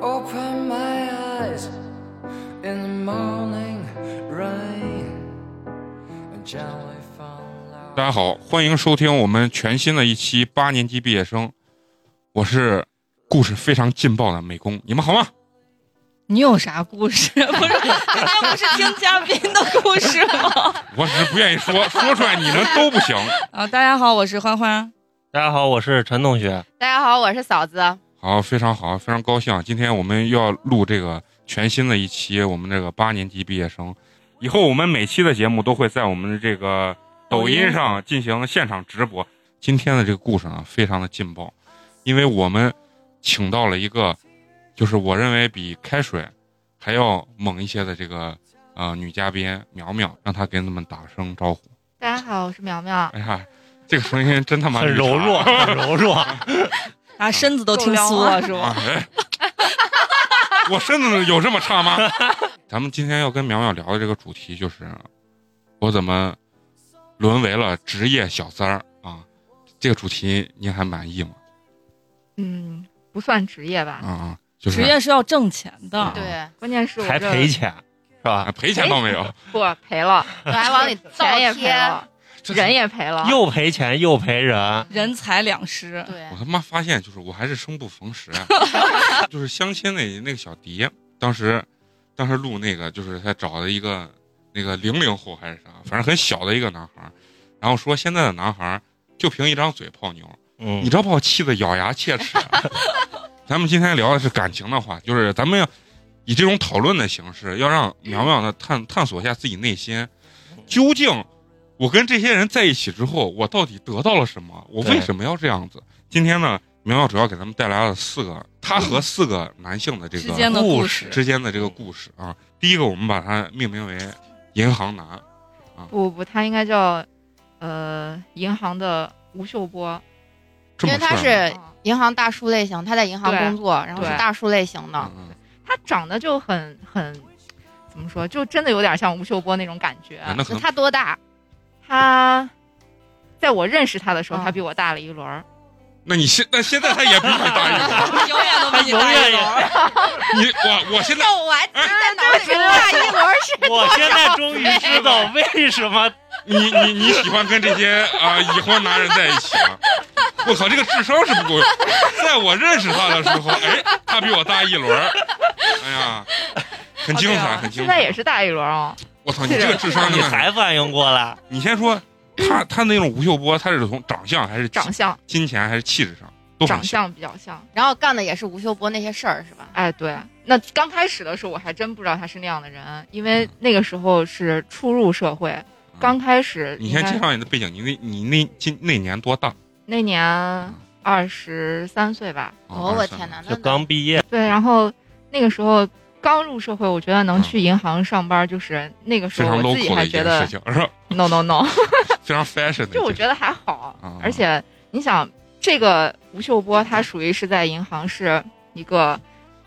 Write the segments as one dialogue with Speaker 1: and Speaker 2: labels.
Speaker 1: Open my eyes in the morning rain. And shall I fall out?
Speaker 2: 大家好，欢迎收听我们全新的一期八年级毕业生，我是故事非常劲爆的美工，你们好吗？
Speaker 3: 你有啥故事？ 不是，今天不是听嘉宾的故事吗？
Speaker 2: 我只是不愿意说，说出来你们都不行。
Speaker 3: 啊，大家好，我是欢欢。
Speaker 4: 大家好，我是陈同学。
Speaker 5: 大家好，我是嫂子。
Speaker 2: 好，非常好，非常高兴啊，今天我们又要录这个全新的一期我们这个八年级毕业生，以后我们每期的节目都会在我们的这个抖音上进行现场直播。今天的这个故事呢，非常的劲爆，因为我们请到了一个，就是我认为比开水还要猛一些的这个呃女嘉宾苗苗，让她给你们打个声招呼。
Speaker 5: 大家好，我是苗苗。
Speaker 2: 哎呀，这个声音真他妈绿
Speaker 4: 很柔
Speaker 2: 茶
Speaker 4: 弱，很柔弱。
Speaker 3: 啊，身子都听酥了是
Speaker 2: 啊
Speaker 3: 吧？！
Speaker 2: 哎我身子有这么差吗？ 咱们今天要跟苗苗聊的这个主题就是，我怎么沦为了职业小三儿啊？这个主题您还满意吗？
Speaker 5: 嗯，不算职业吧
Speaker 2: 啊？啊，就是
Speaker 3: 职业是要挣钱的
Speaker 2: 啊，
Speaker 5: 对，关键是我
Speaker 4: 还
Speaker 5: 这
Speaker 4: 赔钱是
Speaker 2: 啊
Speaker 4: 吧？
Speaker 2: 赔钱倒没有，
Speaker 5: 不赔了， 还往里钱也赔了，
Speaker 2: 这
Speaker 5: 人也赔了。
Speaker 4: 又赔钱又赔人，
Speaker 3: 人财两失。
Speaker 5: 对
Speaker 2: 我，他妈发现就是我还是生不逢时啊，就是相亲那那个小迪，当时当时录那个就是他找的一个那个零零后还是啥，反正很小的一个男孩儿，然后说现在的男孩儿就凭一张嘴泡妞，
Speaker 4: 嗯
Speaker 2: 你，这把我气得咬牙切齿。啊咱们今天聊的是感情的话，就是咱们要以这种讨论的形式，要让苗苗呢探探索一下自己内心，究竟我跟这些人在一起之后，我到底得到了什么？我为
Speaker 4: 对
Speaker 2: 什么要这样子？今天呢，苗苗主要给咱们带来了四个她和四个男性的这
Speaker 3: 之
Speaker 2: 个
Speaker 3: 间的故事
Speaker 2: 之间的这个故事啊。第一个，我们把它命名为“银行男
Speaker 5: 不不，他应该叫呃银行的吴秀波。”，嗯
Speaker 2: 这么
Speaker 6: 因为他
Speaker 2: 帅吗
Speaker 6: 是银行大叔类型，他在银行
Speaker 5: 对
Speaker 6: 工作，然后是
Speaker 5: 对
Speaker 6: 大叔类型的
Speaker 2: 嗯。嗯
Speaker 5: 他长得就很很怎么说，就真的有点像吴秀波那种感觉。
Speaker 2: 啊那可
Speaker 6: 就
Speaker 2: 能
Speaker 6: 他 多大？
Speaker 5: 他在我认识他的时候，
Speaker 3: 嗯
Speaker 5: 他比我大了一轮儿。
Speaker 2: 那你现那现在他也比你大一轮儿，
Speaker 3: 永远都比你大一轮。
Speaker 2: 你我我现在
Speaker 6: 那我
Speaker 5: 啊
Speaker 6: 还
Speaker 2: 哎
Speaker 6: 在脑子里大一轮是
Speaker 4: 我现在终于知道为什么
Speaker 2: 你你你喜欢跟这些啊、已婚男人在一起啊？我靠，这个智商是不够用。在我认识他的时候，哎，他比我大一轮儿，哎呀，很精彩，很精彩。
Speaker 5: 哦啊现在也，是大一轮儿啊、
Speaker 2: 我操，你这个智商
Speaker 4: 啊你
Speaker 2: 真的是，
Speaker 4: 才反应过来，
Speaker 2: 你先说他他那种吴秀波，他是从长相还是金
Speaker 5: 长相
Speaker 2: 金钱还是气质上都很
Speaker 5: 长
Speaker 2: 像。
Speaker 5: 相比较像。
Speaker 6: 然后干的也是吴秀波那些事儿是吧？
Speaker 5: 哎，对，那刚开始的时候我还真不知道他是那样的人，
Speaker 2: 嗯
Speaker 5: 因为那个时候是初入社会，刚开始
Speaker 2: 你
Speaker 5: 应该。
Speaker 2: 先介绍你的背景，你那你那今那年多大？啊
Speaker 5: 那年二十三岁吧，
Speaker 2: 啊
Speaker 6: 哦，我
Speaker 2: 23
Speaker 6: 天！哪，
Speaker 4: 就
Speaker 6: 那
Speaker 4: 刚毕
Speaker 2: 嗯
Speaker 4: 业，
Speaker 5: 对，然后那个时候刚入社会，我觉得能去银行上班，就是那个
Speaker 2: 嗯
Speaker 5: 时
Speaker 2: 非
Speaker 5: 候
Speaker 2: 常
Speaker 5: 我自
Speaker 2: local
Speaker 5: 己
Speaker 2: 的
Speaker 5: 还
Speaker 2: 一
Speaker 5: 觉
Speaker 2: 件事
Speaker 5: 得
Speaker 2: 情，是吧？
Speaker 5: no no no，
Speaker 2: 非常 fashion 的。
Speaker 5: 就我觉得还好
Speaker 2: 啊，
Speaker 5: 而且你想，这个吴秀波他属于是在银行是一个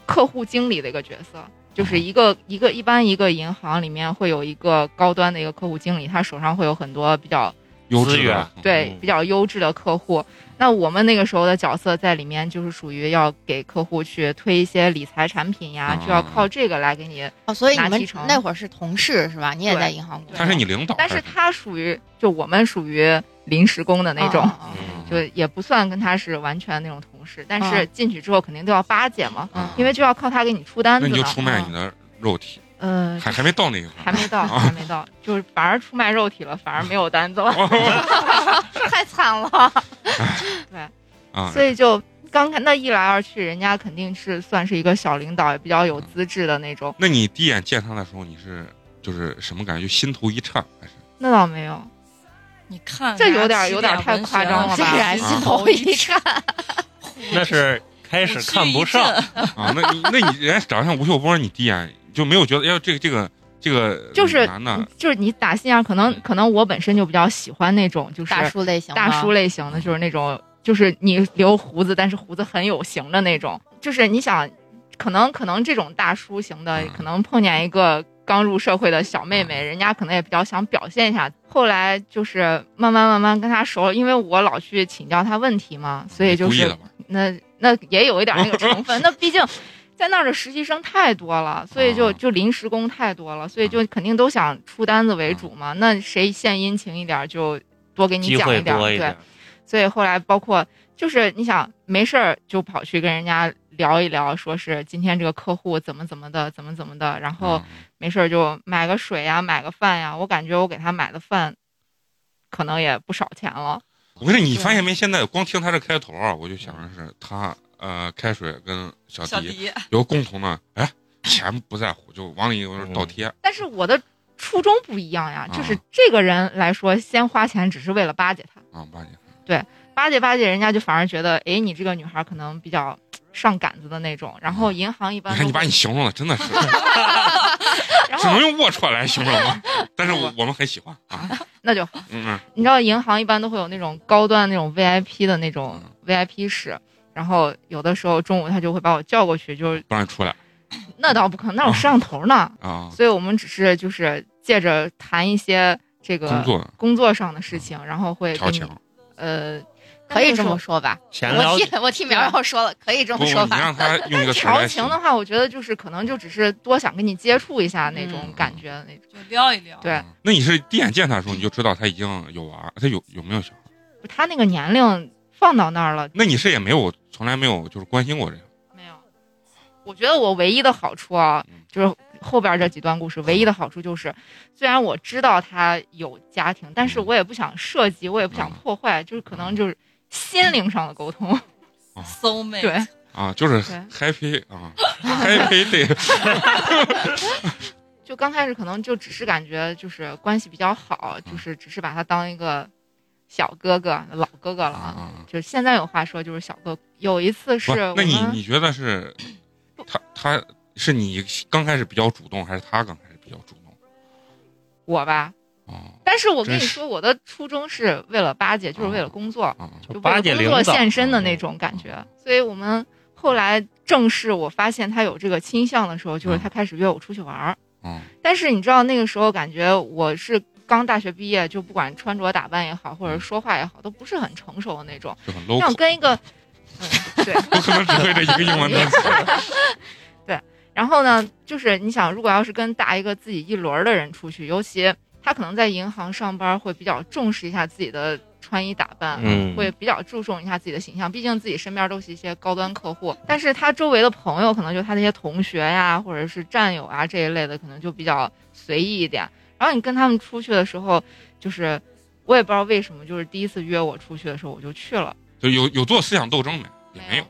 Speaker 5: 客户经理的一个角色，就是一个一个一般一个银行里面会有一个高端的一个客户经理，他手上会有很多比较
Speaker 2: 优质
Speaker 4: 资源
Speaker 2: 的，啊
Speaker 5: 对
Speaker 4: 嗯
Speaker 5: 比较优质的客户。那我们那个时候的角色在里面就是属于要给客户去推一些理财产品呀，
Speaker 2: 嗯
Speaker 5: 就要靠这个来给你。
Speaker 6: 哦，所以你
Speaker 5: 拿
Speaker 6: 们
Speaker 5: 提成
Speaker 6: 那会儿是同事是吧？你也在银行工作，
Speaker 2: 他是你领导，
Speaker 5: 但是他属于就我们属于临时工的那种，
Speaker 6: 哦哦
Speaker 2: 嗯
Speaker 5: 就也不算跟他是完全那种同事，但是进去之后肯定都要巴结嘛，
Speaker 2: 嗯
Speaker 5: 因为就要靠他给你出单
Speaker 2: 那
Speaker 5: 子
Speaker 2: 你就
Speaker 5: 嘛。
Speaker 2: 出卖你的肉体，
Speaker 5: 嗯，
Speaker 2: 还还啊没到那一块
Speaker 5: 还没到，还没到，就是反而出卖肉体了，反而没有单子 了。
Speaker 2: 儿
Speaker 6: 哦太惨了。
Speaker 2: 啊。
Speaker 5: 所以就刚看那一来二去，人家肯定是算是一个小领导，也比较有资质的那种。
Speaker 2: 那你第一眼见他的时候，你是就是什么感觉？就心头一颤，还是
Speaker 5: 那倒没有，
Speaker 3: 你看
Speaker 5: 这有点有点太夸张了
Speaker 6: 虽
Speaker 5: 吧
Speaker 3: 啊
Speaker 6: 然心头一颤，
Speaker 4: 那是
Speaker 3: 开
Speaker 4: 开始看不上，
Speaker 2: 啊，那你那你人家长得像吴秀波，你第一眼就没有觉得，哎呦，这个这个这个
Speaker 5: 就是嗯
Speaker 2: 男的，
Speaker 5: 就是你打心眼儿可能可能我本身就比较喜欢那种就是
Speaker 6: 大叔类型，
Speaker 5: 大叔，类型的，就是那种就是你留胡子，但是胡子很有型的那种。就是你想，可能可能这种大叔型的
Speaker 2: 嗯，
Speaker 5: 可能碰见一个刚入社会的小妹妹，人家可能也比较想表现一下。后来就是慢慢慢慢跟他熟了，因为我老去请教他问题嘛，所以就
Speaker 2: 故意
Speaker 5: 是
Speaker 2: 的吧？
Speaker 5: 那那也有一点那个成 分。那毕竟在那儿的实习生太多了，所以就
Speaker 2: 啊
Speaker 5: 就临时工太多了，所以
Speaker 2: 嗯
Speaker 5: 就肯定都想出单子为主嘛。那谁献殷勤一点，就多给你
Speaker 4: 机
Speaker 5: 讲
Speaker 4: 会
Speaker 5: 点儿。
Speaker 4: 多一
Speaker 5: 对
Speaker 4: 点，，
Speaker 5: 所以后来包括就是你想没事儿就跑去跟人家聊一聊，说是今天这个客户怎么怎么的，怎么怎么的，然后
Speaker 2: 嗯
Speaker 5: 没事儿就买个水呀、买个饭呀。我感觉我给他买的饭，可能也不少钱了。
Speaker 2: 我跟你，你发现没？现在光听他这开头啊，我就想的是他呃，开水跟小
Speaker 3: 小
Speaker 2: 迪
Speaker 3: 迪，
Speaker 2: 有共同的，哎，钱不在乎，就往里有
Speaker 5: 嗯
Speaker 2: 点倒贴。
Speaker 5: 但是我的初衷不一样呀，
Speaker 2: 啊
Speaker 5: 就是这个人来说，先花钱只是为了巴结他，
Speaker 2: 啊，八姐，
Speaker 5: 巴结巴结人家就反而觉得，哎，你这个女孩可能比较上杆子的那种。然后银行一般
Speaker 2: 嗯你看
Speaker 5: 都会，
Speaker 2: 你把你形容的 真的是，
Speaker 5: 然
Speaker 2: 只能
Speaker 5: 后
Speaker 2: 用龌龊来形容啊。但是我我们很喜欢啊，
Speaker 5: 那就
Speaker 2: 嗯嗯，
Speaker 5: 你知道银行一般都会有那种高端那种 VIP 的那种
Speaker 2: 嗯
Speaker 5: VIP 室，然后有的时候中午他就会把我叫过去，就是
Speaker 2: 不让你出来
Speaker 5: 那倒不可能，那有摄像头呢，
Speaker 2: 啊，
Speaker 5: 所以我们只是就是借着谈一些这个
Speaker 2: 工作
Speaker 5: 工作上的事情，然后会
Speaker 2: 调
Speaker 5: 跟你
Speaker 2: 情。
Speaker 5: 呃，
Speaker 6: 可以这
Speaker 5: 那
Speaker 6: 么
Speaker 5: 个时
Speaker 6: 说吧？
Speaker 4: 闲聊
Speaker 6: 我替我替苗
Speaker 5: 啊
Speaker 6: 苗说了，可以这
Speaker 2: 不，
Speaker 6: 么
Speaker 2: 你
Speaker 6: 说吧？
Speaker 2: 让他用一
Speaker 5: 候。
Speaker 2: 个词儿
Speaker 5: 调
Speaker 2: 来
Speaker 5: 情
Speaker 2: 形
Speaker 5: 的
Speaker 2: 容。
Speaker 5: 话，我觉得就是可能就只是多想跟你接触一下那种
Speaker 2: 嗯
Speaker 5: 感觉，那种
Speaker 3: 就撩一撩。
Speaker 5: 对
Speaker 2: 那你是第一眼见他的时候你就知道他已经有娃，他有有没有小孩？
Speaker 5: 他那个年龄放到那儿了，
Speaker 2: 那你是也没有从来没有就是关心过这个，
Speaker 5: 没有，我觉得我唯一的好处啊
Speaker 2: 嗯，
Speaker 5: 就是后边这几段故事唯一的好处就是，虽然我知道他有家庭，但是我也不想涉及，我也不想
Speaker 2: 嗯
Speaker 5: 破坏，就是可能就是心灵上的沟通。
Speaker 3: 搜妹，
Speaker 5: 对，
Speaker 2: 啊，就是
Speaker 5: 对
Speaker 2: happy 啊 ，happy day，
Speaker 5: 就刚开始可能就只是感觉就是关系比较好，
Speaker 2: 嗯
Speaker 5: 就是只是把他当一个小哥哥、老哥哥了
Speaker 2: 啊
Speaker 5: 啊
Speaker 2: 啊啊。
Speaker 5: 就是现在有话说就是小哥哥。有一次是
Speaker 2: 不
Speaker 5: 我，
Speaker 2: 那
Speaker 5: 们
Speaker 2: 你你觉得是他他是你刚开始比较主动，还是他刚开始比较主动？
Speaker 5: 我吧，
Speaker 2: 哦
Speaker 5: 但是我跟你
Speaker 2: 真是
Speaker 5: 说，我的初衷是为了巴结，就是为了工作。
Speaker 2: 哦，
Speaker 5: 就为
Speaker 4: 巴
Speaker 5: 了
Speaker 4: 结
Speaker 5: 工
Speaker 4: 领
Speaker 5: 作
Speaker 4: 导，嗯
Speaker 5: 献身的那种感觉。所以我们后来正式我发现他有这个倾向的时候，
Speaker 4: 嗯
Speaker 5: 就是他开始约我出去玩儿。
Speaker 2: 嗯
Speaker 5: 但是你知道那个时候感觉我是刚大学毕业，就不管穿着打扮也好，
Speaker 4: 嗯
Speaker 5: 或者说话也好，都不是很成熟的那种。
Speaker 2: 就很
Speaker 5: 那我
Speaker 2: local，
Speaker 5: 跟一个，嗯，对。
Speaker 2: 我可能只会这一个英文单词。
Speaker 5: 然后呢，就是你想，如果要是跟大一个自己一轮儿的人出去，尤其他可能在银行上班，会比较重视一下自己的穿衣打扮，
Speaker 4: 嗯
Speaker 5: 会比较注重一下自己的形象，毕竟自己身边都是一些高端客户。但是他周围的朋友，可能就他那些同学呀，或者是战友啊这一类的，可能就比较随意一点。然后你跟他们出去的时候，就是我也不知道为什么，就是第一次约我出去的时候，我就去了。
Speaker 2: 就有有做思想斗争没？也没有，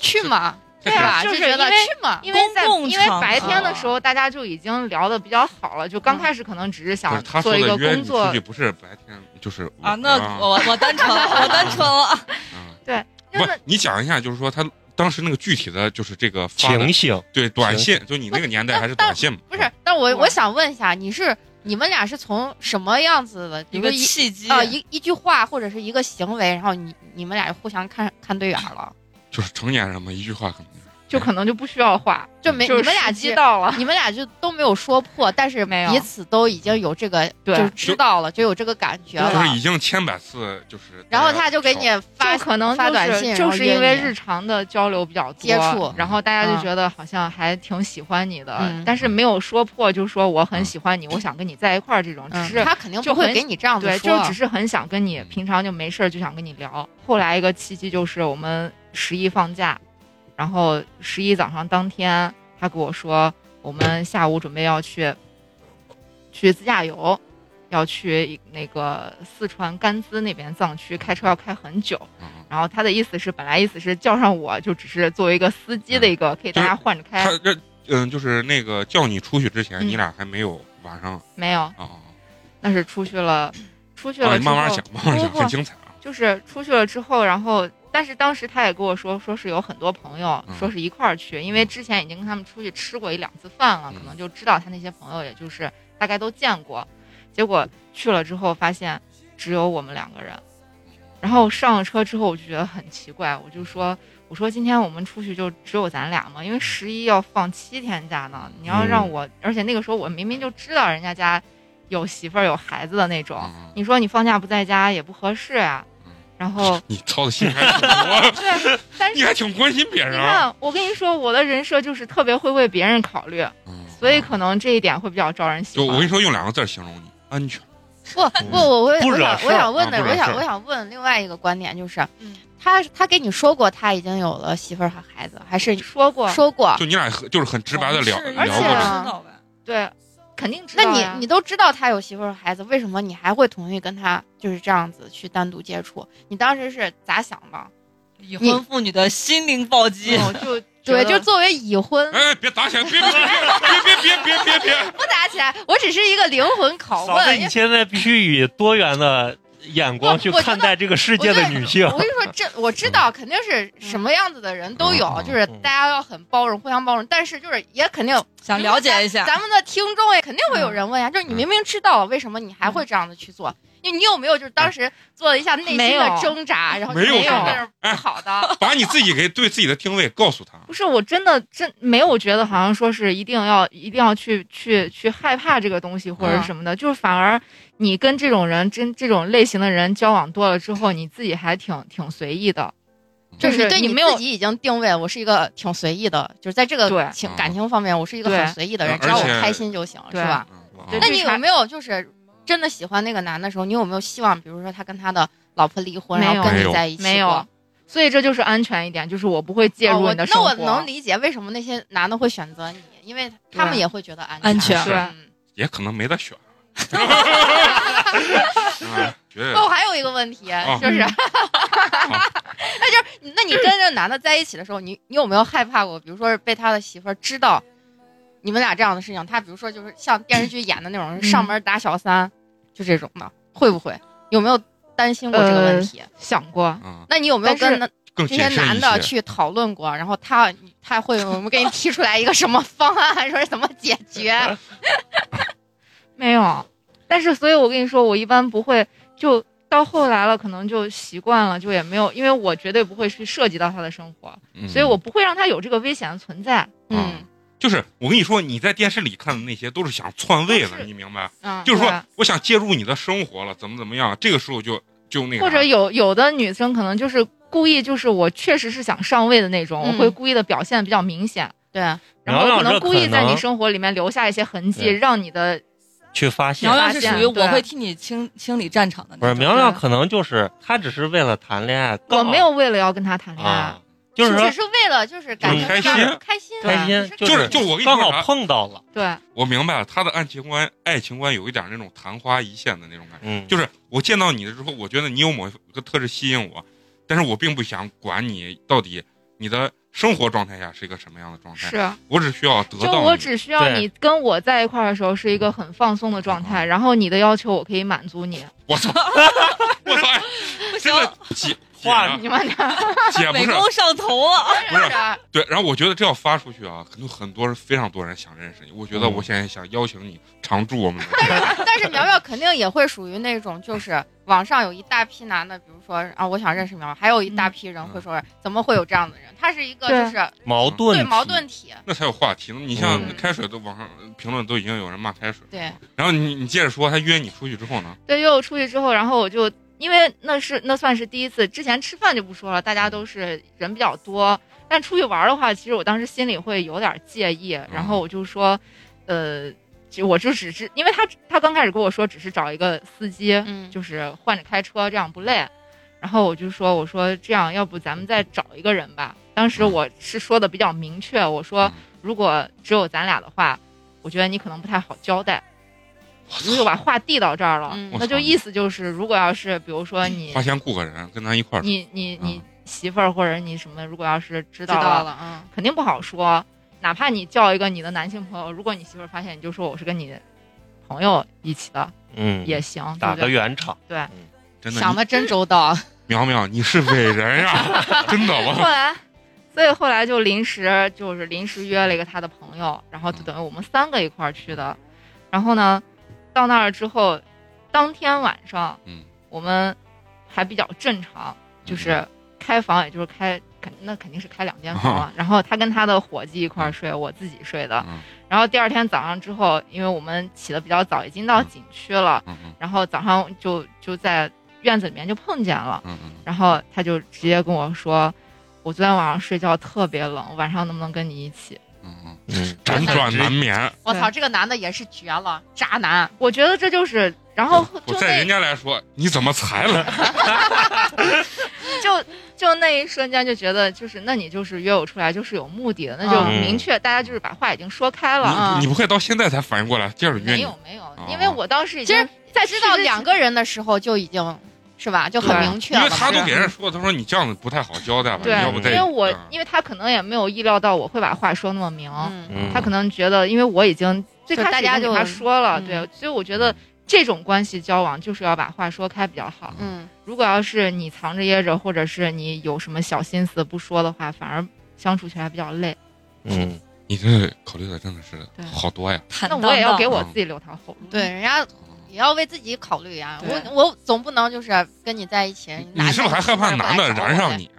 Speaker 6: 去嘛，
Speaker 2: 这
Speaker 6: 对吧？
Speaker 5: 就
Speaker 6: 就是觉得
Speaker 5: 因为
Speaker 6: 去嘛，
Speaker 5: 因为在
Speaker 3: 公共
Speaker 5: 因为
Speaker 3: 场
Speaker 5: 白天的
Speaker 6: 合
Speaker 5: 时候，大家就已经聊的比较好了，就刚
Speaker 6: 嗯
Speaker 5: 开始可能只是
Speaker 2: 不
Speaker 5: 想
Speaker 2: 是他
Speaker 5: 做
Speaker 2: 说
Speaker 5: 一
Speaker 2: 的
Speaker 5: 个
Speaker 2: 约
Speaker 5: 工
Speaker 2: 你
Speaker 5: 作
Speaker 2: 出去，不是白天就是
Speaker 3: 啊，那我我单纯了，我单纯 了，
Speaker 2: 嗯
Speaker 5: 对，
Speaker 2: 不
Speaker 5: 那么，
Speaker 2: 你讲一下，就是说他当时那个具体的就是这个发的
Speaker 4: 情形，
Speaker 2: 对短信，就你那个年代还是短信嘛？
Speaker 6: 不是，但我
Speaker 5: 我
Speaker 6: 我想问一下，你是你们俩是从什么样子的？比
Speaker 3: 一
Speaker 6: 如
Speaker 3: 个
Speaker 6: 一
Speaker 3: 契机
Speaker 6: 啊一一句话或者是一个行为，然后你你们俩就互相看看对眼儿了，
Speaker 2: 就是成年人嘛，一句话可能就是
Speaker 5: 就可能就不需要画，
Speaker 6: 就没
Speaker 5: 就
Speaker 6: 你
Speaker 5: 是
Speaker 6: 们俩
Speaker 5: 时机
Speaker 6: 知道，
Speaker 5: 到了。
Speaker 6: 你们俩就都没有说破，但是
Speaker 5: 没有
Speaker 6: 彼此都已经有这个
Speaker 5: 对
Speaker 6: 就是知道了，就有这个感觉了。
Speaker 2: 就是已经千百次就是。
Speaker 6: 然后他就给你 发
Speaker 5: 就可能
Speaker 6: 发
Speaker 5: 就
Speaker 6: 短信，
Speaker 5: 是就
Speaker 6: 然后
Speaker 5: 是
Speaker 6: 约
Speaker 5: 因为
Speaker 6: 你
Speaker 5: 日常的交流比较多
Speaker 6: 接触
Speaker 5: 然后大家
Speaker 6: 嗯
Speaker 5: 就觉得好像还挺喜欢你的，
Speaker 6: 嗯
Speaker 5: 但是没有说破，就说我
Speaker 2: 嗯
Speaker 5: 很喜欢你，我想跟你在一块儿这种，只
Speaker 6: 嗯
Speaker 5: 是
Speaker 6: 他肯定不
Speaker 5: 就
Speaker 6: 会
Speaker 5: 很
Speaker 6: 给你这样子
Speaker 5: 对，
Speaker 6: 说
Speaker 5: 就只是很想跟你，平常就没事儿就想跟你聊。后来一个契机就是我们十一放假，然后十一早上当天，他跟我说我们下午准备要去去自驾游，要去那个四川甘孜那边藏区，开车要开很久。
Speaker 2: 嗯
Speaker 5: 然后他的意思是，本来意思是叫上我，就只是作为一个司机的一个，可以大家换着开，
Speaker 2: 嗯他这嗯，就是那个叫你出去之前，
Speaker 5: 哎嗯
Speaker 2: 你俩还没有晚上
Speaker 5: 没有。
Speaker 2: 啊，
Speaker 5: 那是出去了，出去
Speaker 2: 啊，你
Speaker 5: 了之
Speaker 2: 慢慢
Speaker 5: 后
Speaker 2: 讲，慢慢讲，
Speaker 5: 不不
Speaker 2: 很精彩啊。
Speaker 5: 就是出去了之后，然后但是当时他也跟我说，说是有很多朋友
Speaker 2: 嗯，
Speaker 5: 说是一块儿去，因为之前已经跟他们出去吃过一两次饭了，
Speaker 2: 嗯
Speaker 5: 可能就知道他那些朋友，也就是大概都见过。结果去了之后，发现只有我们两个人。然后上了车之后，我就觉得很奇怪，我就说：“我说今天我们出去就只有咱俩嘛，因为十一要放七天假呢。你要
Speaker 2: 嗯
Speaker 5: 让我，而且那个时候我明明就知道人家家有媳妇儿有孩子的那种，
Speaker 2: 嗯
Speaker 5: 你说你放假不在家也不合适呀、
Speaker 2: 嗯，
Speaker 5: 然后
Speaker 2: 你操的心还挺多，
Speaker 5: 对，啊但
Speaker 2: 你
Speaker 5: 是
Speaker 2: 还挺关心别
Speaker 5: 你
Speaker 2: 人啊。
Speaker 5: 看，我跟你说，我的人设就是特别会为别人考虑，
Speaker 2: 嗯
Speaker 5: 所以可能这一点会比较招人喜
Speaker 2: 就我跟你
Speaker 5: 欢。
Speaker 2: 说，用两个字儿形容你，安全。
Speaker 6: 不不，我我
Speaker 4: 不
Speaker 6: 我
Speaker 4: 惹
Speaker 6: 想
Speaker 4: 事儿
Speaker 6: 我想问
Speaker 2: 啊
Speaker 6: 的，
Speaker 2: 嗯不惹
Speaker 6: 我
Speaker 2: 事
Speaker 6: 想
Speaker 2: 儿
Speaker 6: 我想问另外一个观点就是
Speaker 5: 嗯，
Speaker 6: 他他给你说过他已经有了媳妇儿和孩子，还是
Speaker 5: 说过，
Speaker 6: 说过？
Speaker 2: 就你俩很就是很直白的聊
Speaker 7: 同事
Speaker 2: 聊
Speaker 5: 而且
Speaker 2: 过这
Speaker 5: 啊
Speaker 2: 个，
Speaker 7: 知道吧？
Speaker 5: 对，肯定知道
Speaker 6: 那你
Speaker 5: 呀
Speaker 6: 你都知道他有媳妇儿和孩子，为什么你还会同意跟他就是这样子去单独接触？你当时是咋想的？
Speaker 7: 已婚妇女的心灵暴击，
Speaker 5: 我哦就
Speaker 6: 对，
Speaker 5: 觉得
Speaker 6: 就作为已婚
Speaker 2: 哎，别打起来，别别别别别别别别！
Speaker 6: 不打起来，我只是一个灵魂
Speaker 4: 嫂
Speaker 6: 拷
Speaker 4: 子，
Speaker 6: 问。因
Speaker 4: 你
Speaker 6: 为
Speaker 4: 现在必须以多元的眼光
Speaker 6: 不
Speaker 4: 去
Speaker 6: 我觉得
Speaker 4: 看待这个世界的女性
Speaker 6: 我。跟你说，这我知道，肯定是什么样子的人都有，
Speaker 2: 嗯
Speaker 6: 就是
Speaker 4: 嗯
Speaker 6: 大家要很包容，互相包容。但是就是也肯定
Speaker 7: 想了解一下。
Speaker 6: 咱们的听众也肯定会有人问呀，
Speaker 2: 嗯
Speaker 6: 就是你明明知道了，为什么你还会这样子去做？因为你有没有就是当时做了一下内心
Speaker 5: 没
Speaker 6: 的
Speaker 5: 有
Speaker 6: 挣扎，然后
Speaker 2: 嗯没有啊
Speaker 6: 没有
Speaker 5: 挣扎
Speaker 6: 这是不好的。
Speaker 2: 把你自己给对自己的定位告诉他。
Speaker 5: 不是，我真的真没有觉得好像说是一定要一定要去去去害怕这个东西或者
Speaker 6: 嗯
Speaker 5: 什么的，就是反而你跟这种人真这种类型的人交往多了之后，你自己还挺挺随意的，
Speaker 6: 就
Speaker 2: 嗯
Speaker 5: 就是是
Speaker 6: 对
Speaker 5: 你
Speaker 6: 你
Speaker 5: 没有
Speaker 6: 自己已经定位，我是一个挺随意的，就是在这个
Speaker 5: 对
Speaker 6: 情
Speaker 2: 嗯
Speaker 6: 感情方面，我是一个很
Speaker 5: 对
Speaker 6: 随意的人，
Speaker 2: 嗯
Speaker 6: 只要我
Speaker 2: 而且
Speaker 6: 开心就行，是
Speaker 5: 对
Speaker 6: 吧？
Speaker 2: 嗯
Speaker 5: 对
Speaker 2: 啊
Speaker 6: 那你
Speaker 5: 绿
Speaker 6: 有
Speaker 5: 茶
Speaker 6: 没有就是真的喜欢那个男的时候，你有没有希望，比如说他跟他的老婆离婚，
Speaker 5: 没有
Speaker 6: 然后跟
Speaker 2: 没有
Speaker 6: 你在一起
Speaker 5: 没有
Speaker 6: 过？
Speaker 5: 所以这就是安全一点，就是我不会介
Speaker 6: 哦
Speaker 5: 入
Speaker 6: 我
Speaker 5: 你的生
Speaker 6: 那
Speaker 5: 活。
Speaker 6: 我能理解为什么那些男的会选择你，因为他们
Speaker 5: 对
Speaker 6: 也会觉得安
Speaker 7: 安全
Speaker 5: 对
Speaker 6: 嗯
Speaker 2: 也可能没得选。 啊，绝对
Speaker 6: 嗯那我还有一个问题，
Speaker 2: 哦
Speaker 5: 嗯
Speaker 6: 就是，那就是，那你跟这个男的在一起的时候，你你有没有害怕过？比如说是被他的媳妇儿知道你们俩这样的事情，他比如说就是像电视剧演的那
Speaker 5: 嗯
Speaker 6: 种，上门打小三，就这种的，会不会？有没有担心过这个问题？
Speaker 5: 想过，
Speaker 2: 啊，
Speaker 6: 那你有没有
Speaker 5: 呃但是
Speaker 6: 跟那
Speaker 2: 更
Speaker 6: 这
Speaker 2: 谨
Speaker 6: 些
Speaker 2: 慎
Speaker 6: 男
Speaker 2: 一
Speaker 6: 的
Speaker 2: 些
Speaker 6: 去讨论过？然后他他会我们给你提出来一个什么方案， 说是怎么解 决？
Speaker 5: 没有。但是，所以我跟你说，我一般不会就到后来了，可能就习惯了，就也没有，因为我绝对不会去涉及到他的生活，
Speaker 2: 嗯
Speaker 5: 所以我不会让他有这个危险的存在。
Speaker 6: 嗯，
Speaker 2: 就是我跟你说，你在电视里看的那些都是想篡位
Speaker 5: 都
Speaker 2: 的，
Speaker 5: 是
Speaker 2: 你明白？
Speaker 5: 嗯，
Speaker 2: 就是
Speaker 5: 对
Speaker 2: 说，我想介入你的生活了，怎么怎么样？这个时候就就
Speaker 4: 啊
Speaker 2: 那个啥，
Speaker 5: 或者有有的女生可能就是故意，就是我确实是想上位的那种，
Speaker 6: 嗯
Speaker 5: 我会故意的表现比较明显，
Speaker 6: 对，
Speaker 5: 然后可
Speaker 4: 娘娘
Speaker 5: 能
Speaker 4: 这
Speaker 5: 故意在
Speaker 4: 可能
Speaker 5: 你生活里面留下一些痕迹，
Speaker 4: 对
Speaker 5: 让你的
Speaker 4: 去发现
Speaker 7: 苗，苗是属于
Speaker 5: 对
Speaker 7: 我会替你清清理战场的
Speaker 4: 不
Speaker 7: 那
Speaker 4: 是
Speaker 7: 种。
Speaker 4: 苗苗，可能就是她只是为了谈恋爱，
Speaker 5: 我
Speaker 4: 刚好
Speaker 5: 没有为了要跟他谈恋爱，
Speaker 4: 啊，嗯就是
Speaker 6: 只
Speaker 4: 说
Speaker 6: 是为了就是感觉
Speaker 2: 开
Speaker 6: 到
Speaker 2: 心
Speaker 6: 开心啊
Speaker 4: 开
Speaker 5: 啊
Speaker 4: 心，
Speaker 2: 就是是就我跟你说
Speaker 4: 刚好
Speaker 2: 啥
Speaker 4: 碰到了，
Speaker 5: 对，
Speaker 2: 我明白了，他的爱情观爱情观有一点那种昙花一现的那种感觉。
Speaker 4: 嗯，
Speaker 2: 就是我见到你了之后，我觉得你有某个特质吸引我，但是我并不想管你到底你的生活状态下是一个什么样的状态，
Speaker 5: 是。
Speaker 2: 我只需要得
Speaker 5: 就
Speaker 2: 到
Speaker 5: 我
Speaker 2: 你
Speaker 5: 只需要
Speaker 4: 对
Speaker 5: 你跟我在一块儿的时候是一个很放松的状态，
Speaker 2: 嗯
Speaker 5: 然后你的要求我可以满足 你。
Speaker 2: 我操， 我操，哎真的姐姐
Speaker 4: 话
Speaker 2: 啊
Speaker 5: 你慢点，
Speaker 2: 姐不
Speaker 7: 美
Speaker 2: 是
Speaker 7: 工上头啊！
Speaker 2: 不是对，然后我觉得这要发出去啊，可能很多人非常多人想认识你。我
Speaker 5: 嗯
Speaker 2: 觉得我现在想邀请你常驻我们的，
Speaker 6: 但是苗苗肯定也会属于那种，就是网上有一大批男的，比如说啊，我想认识苗苗，还有一大批人
Speaker 2: 嗯
Speaker 6: 会说，怎么会有这样的人？他是一个
Speaker 5: 对
Speaker 6: 就是
Speaker 4: 矛盾
Speaker 6: 对矛
Speaker 4: 体
Speaker 6: 盾体，
Speaker 2: 那才有话题呢。你像
Speaker 6: 嗯
Speaker 2: 开水都网上评论都已经有人骂开水，
Speaker 6: 对，
Speaker 2: 然后你你接着说，他约你出去之后呢？
Speaker 5: 对，约我出去之后，然后我就因为那是那算是第一次，之前吃饭就不说了，大家都是人比较多，但出去玩儿的话，其实我当时心里会有点介意，然后我就说，呃，就我就只是因为他他刚开始跟我说只是找一个司机，
Speaker 6: 嗯，
Speaker 5: 就是换着开车，这样不累。然后我就说，我说这样，要不咱们再找一个人吧。当时我是说的比较明确，我说
Speaker 2: 嗯
Speaker 5: 如果只有咱俩的话，我觉得你可能不太好交代。我就把话递到这儿了，
Speaker 6: 嗯
Speaker 5: 那就意思就是，如果要是比如说你
Speaker 2: 哎花钱雇个人跟咱一块儿，
Speaker 5: 你你
Speaker 2: 嗯
Speaker 5: 你媳妇儿或者你什么，如果要是知
Speaker 6: 知
Speaker 5: 道
Speaker 6: 道
Speaker 5: 了，
Speaker 6: 了，嗯，
Speaker 5: 肯定不好说。哪怕你叫一个你的男性朋友，如果你媳妇儿发现，你就说我是跟你朋友一起的
Speaker 4: 嗯，
Speaker 5: 也行，对
Speaker 4: 打
Speaker 5: 不
Speaker 4: 个
Speaker 5: 对？
Speaker 4: 圆场，
Speaker 2: 真的，
Speaker 6: 想的真周到。
Speaker 2: 苗苗，你是伟人呀、 真的
Speaker 5: 后
Speaker 2: 我
Speaker 5: 来，所以后来就临时就是临时约了一个他的朋友，
Speaker 2: 嗯
Speaker 5: 然后就等于我们三个一块儿去的。然后呢，到那儿之后，当天晚上
Speaker 2: 嗯，
Speaker 5: 我们还比较正常，就是
Speaker 2: 嗯
Speaker 5: 开房，也就是开肯那肯定是开两间 房了。然后他跟他的伙计一块儿睡，我自己睡的。
Speaker 2: 嗯
Speaker 5: 然后第二天早上之后，因为我们起的比较早，已经到
Speaker 2: 嗯
Speaker 5: 景区了，
Speaker 2: 嗯嗯
Speaker 5: 然后早上就就在院子里面就碰见了。
Speaker 2: 嗯嗯，
Speaker 5: 然后他就直接跟我说，我昨天晚上睡觉特别冷，晚上能不能跟你一起？
Speaker 2: 嗯嗯，
Speaker 4: 嗯，
Speaker 2: 辗转难眠。
Speaker 6: 我操，这个男的也是绝了，渣男。
Speaker 5: 我觉得这就是，然后
Speaker 2: 我
Speaker 5: 就
Speaker 2: 在
Speaker 5: 那
Speaker 2: 人家来说，你怎么才来？
Speaker 5: 就就那一瞬间就觉得，就是那你就是约我出来就是有目的的，那就
Speaker 4: 嗯
Speaker 5: 明确，大家就是把话已经说开了啊。
Speaker 2: 你你不会到现在才反应过来，接着约
Speaker 5: 没
Speaker 2: 你
Speaker 5: 有？没有，
Speaker 2: 啊
Speaker 5: 因为我当时已经
Speaker 6: 其实
Speaker 5: 在
Speaker 6: 知道两
Speaker 5: 个
Speaker 6: 个人的时候就已经是吧，就很
Speaker 5: 对啊
Speaker 6: 明确
Speaker 2: 因
Speaker 6: 了。
Speaker 2: 为他都
Speaker 6: 是
Speaker 2: 给人说，他说你这样子不太好交代吧？
Speaker 5: 对
Speaker 2: 你要不，
Speaker 5: 因
Speaker 2: 再
Speaker 5: 为我
Speaker 2: 嗯
Speaker 5: 因为他可能也没有意料到我会把话说那么明，
Speaker 6: 嗯，
Speaker 4: 嗯
Speaker 5: 他可能觉得，因为我已经最
Speaker 6: 就
Speaker 5: 开始
Speaker 6: 大
Speaker 5: 已
Speaker 6: 家
Speaker 5: 经给
Speaker 6: 就
Speaker 5: 他说了，
Speaker 6: 嗯
Speaker 5: 对，所以我觉得这种关系交往就是要把话说开比较好。
Speaker 6: 嗯，
Speaker 5: 如果要是你藏着掖着，或者是你有什么小心思不说的话，反而相处起来比较累。
Speaker 4: 嗯，
Speaker 2: 你这考虑的真的是
Speaker 5: 对
Speaker 2: 好多呀。
Speaker 7: 坦
Speaker 5: 那
Speaker 7: 荡
Speaker 5: 我也要给
Speaker 7: 荡
Speaker 5: 我自己留条后路。
Speaker 6: 对，人家
Speaker 2: 嗯
Speaker 6: 也要为自己考虑呀。
Speaker 5: 对
Speaker 6: 我我总不能就是跟你在一起，
Speaker 2: 你是不是还害怕男的燃上
Speaker 6: 你？
Speaker 2: 你？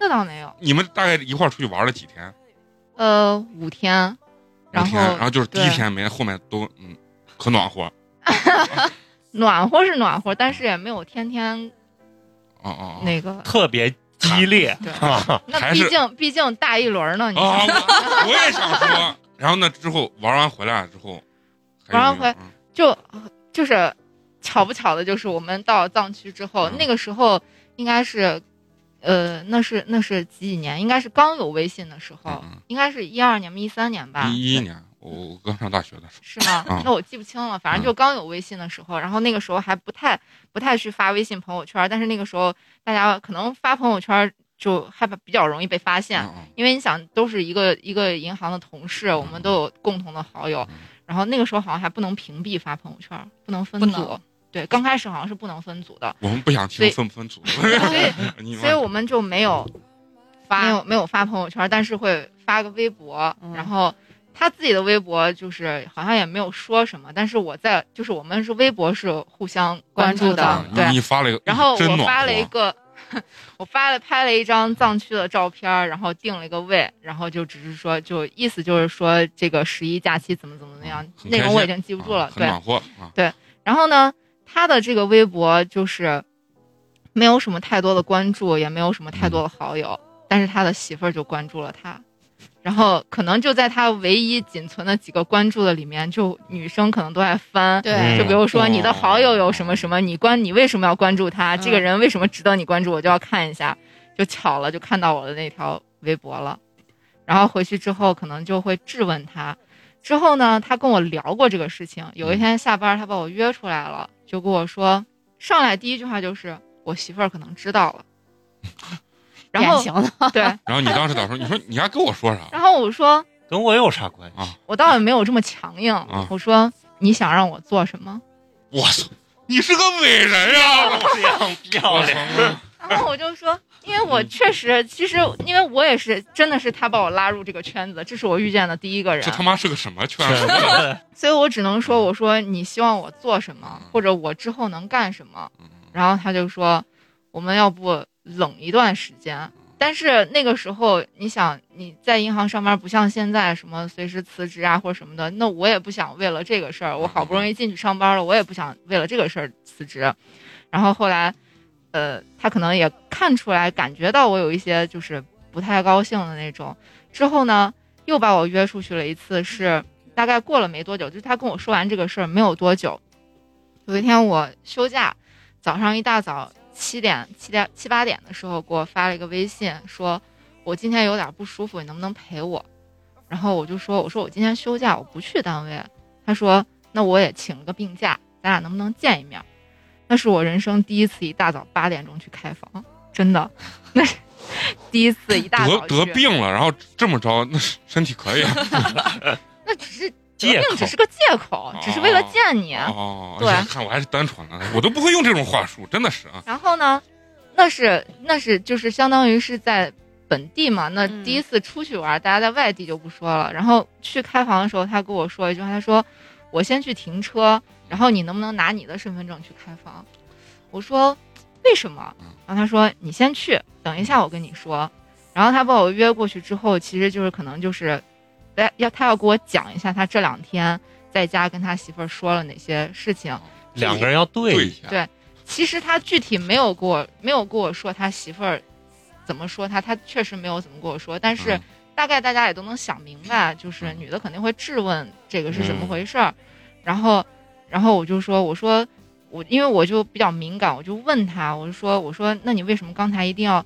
Speaker 5: 那倒没有，
Speaker 2: 你们大概一块儿出去玩了几天？
Speaker 5: 呃，五天，然
Speaker 2: 五天然
Speaker 5: 后
Speaker 2: 后就是第一
Speaker 5: 对
Speaker 2: 天没，后面都嗯，可暖和。
Speaker 5: 暖和是暖和，但是也没有天天
Speaker 2: 哦哦哦，
Speaker 5: 那个。
Speaker 4: 特别 激烈，
Speaker 5: 对，
Speaker 4: 啊，
Speaker 5: 那
Speaker 2: 还
Speaker 5: 毕
Speaker 2: 是
Speaker 5: 竟毕竟大一轮呢，你
Speaker 2: 啊，
Speaker 5: 想
Speaker 2: 我我也想说。然后呢，之后玩完回来之后，还有嗯
Speaker 5: 玩完
Speaker 2: 没有
Speaker 5: 回就就是巧不巧的，就是我们到藏区之后，
Speaker 2: 嗯
Speaker 5: 那个时候应该是，呃，那是那是几几年？应该是刚有微信的时候，
Speaker 2: 嗯嗯
Speaker 5: 应该是一二年、一三年吧
Speaker 2: 嗯，一一年，我我刚上大学的时
Speaker 5: 是吗
Speaker 2: 嗯？
Speaker 5: 那我记不清了，反正就刚有微信的时候，然后那个时候还不太不太去发微信朋友圈，但是那个时候大家可能发朋友圈就还比较容易被发
Speaker 2: 候，
Speaker 5: 现，
Speaker 2: 嗯嗯
Speaker 5: 因为你想都是一个一个银行的同事，我们都有共同的好友
Speaker 2: 嗯，
Speaker 5: 然后那个时候好像还不能屏蔽发朋友圈，不能分
Speaker 7: 不
Speaker 5: 组
Speaker 7: 能。
Speaker 5: 对，刚开始好像是不能分组 的，
Speaker 2: 我们不想
Speaker 5: 所
Speaker 2: 听
Speaker 5: 以
Speaker 2: 分不分组，
Speaker 5: 所以
Speaker 2: 你们
Speaker 5: 所以我们就没 有没
Speaker 6: 发
Speaker 5: 有没有发朋友圈，但是会发个微博，
Speaker 6: 嗯
Speaker 5: 然后他自己的微博就是好像也没有说什么，但是我在就是我们是微博是互相关注
Speaker 6: 关
Speaker 5: 的嗯
Speaker 2: 啊，
Speaker 5: 对，
Speaker 2: 你发了一个，
Speaker 5: 然后
Speaker 2: 真
Speaker 5: 我
Speaker 2: 暖
Speaker 5: 发了
Speaker 2: 和啊
Speaker 5: 一个， 我发了拍了一张藏区的照片儿，然后定了一个位，然后就只是说，就意思就是说这个十一假期怎么怎么怎么样
Speaker 2: 嗯，很
Speaker 5: 内
Speaker 2: 开
Speaker 5: 容我已
Speaker 2: 心
Speaker 5: 经记不住
Speaker 2: 啊
Speaker 5: 了。
Speaker 2: 很
Speaker 5: 对，
Speaker 2: 暖和啊，
Speaker 5: 然后呢，他的这个微博就是没有什么太多的关注，也没有什么太多
Speaker 2: 嗯
Speaker 5: 的好友，但是他的媳妇儿就关注了他。然后可能就在他唯一仅存的几个关注的里面，就女生可能都在翻，
Speaker 6: 对
Speaker 2: 嗯
Speaker 5: 就比如说你的好友有什么什
Speaker 2: 么，
Speaker 5: 么，你关你为什么要关注他？
Speaker 6: 嗯
Speaker 5: 这个人为什么值得你关注？我就要看一下，就巧了，就看到我的那条微博了。然后回去之后，可能就会质问他。之后呢，他跟我聊过这个事情。有一天下班，他把我约出来了，就跟我说，上来第一句话就是我媳妇儿可能知道了。然
Speaker 6: 典
Speaker 5: 后
Speaker 6: 型 的，
Speaker 5: 对，
Speaker 2: 然后你当时咋说？你说你还跟我说啥？
Speaker 5: 然后我说
Speaker 4: 跟我有啥关系？
Speaker 5: 我倒也没有这么强硬，我说你想让我做什么？
Speaker 2: 我操，你是个伟人 呀！
Speaker 4: 亮 漂
Speaker 2: 我
Speaker 4: 亮，
Speaker 2: 操，
Speaker 5: 然后我就说，因为
Speaker 2: 嗯
Speaker 5: 我确实，其实因为我也是，真的是他把我拉入这个圈子，这是我遇见的第一个人
Speaker 2: 这，他妈是个什么圈子？
Speaker 4: 啊
Speaker 5: 所以我只能说，我说你希望我做什么
Speaker 2: 嗯，
Speaker 5: 或者我之后能干什 么。
Speaker 2: 嗯
Speaker 5: 然后他就说，我们要不冷一段时间。但是那个时候，你想你在银行上班，不像现在什么随时辞职啊或者什么的。那我也不想为了这个事儿，我好不容易进去上班了，我也不想为了这个事儿辞职。然后后来，呃，他可能也看出来，感觉到我有一些就是不太高兴的那种。之后呢，又把我约出去了一次，是大概过了没多久，就是他跟我说完这个事儿没有多久，有一天我休假，早上一大早七点七点七八点的时候给我发了一个微信，说我今天有点不舒服，你能不能陪我？然后我就说我说我今天休假，我不去单位。他说那我也请了个病假，咱俩能不能见一面？那是我人生第一次一大早八点钟去开房，真的，那是第一次一大
Speaker 2: 得
Speaker 5: 早
Speaker 2: 得
Speaker 5: 去
Speaker 2: 病了，然后这么着，那身体可以啊，
Speaker 5: 那只是
Speaker 4: 借
Speaker 5: 并
Speaker 4: 口
Speaker 5: 只是个借口，只是为了见你。
Speaker 2: 哦，
Speaker 5: 啊对
Speaker 2: 哎呀看我还是单纯的，我都不会用这种话术，真的是啊。
Speaker 5: 然后呢，那是那是就是相当于是在本地嘛，那
Speaker 6: 嗯
Speaker 5: 第一次出去玩，大家在外地就不说了。然后去开房的时候，他跟我说一句话，他说我先去停车，然后你能不能拿你的身份证去开房？我说为什么
Speaker 2: 嗯？
Speaker 5: 然后他说你先去，等一下我跟你说。然后他把我约过去之后，其实就是可能就是，哎要他要给我讲一下他这两天在家跟他媳妇儿说了哪些事情。
Speaker 4: 两个人要
Speaker 2: 对
Speaker 4: 对
Speaker 2: 一下，
Speaker 5: 对其实他具体没有跟我没有跟我说他媳妇儿怎么说他，他确实没有怎么跟我说，但是
Speaker 2: 嗯
Speaker 5: 大概大家也都能想明白，就是
Speaker 2: 嗯
Speaker 5: 女的肯定会质问这个是怎么回事儿，然后，然后我就说，我说我因为我就比较敏感，我就问他，我就说我说那你为什么刚才一定要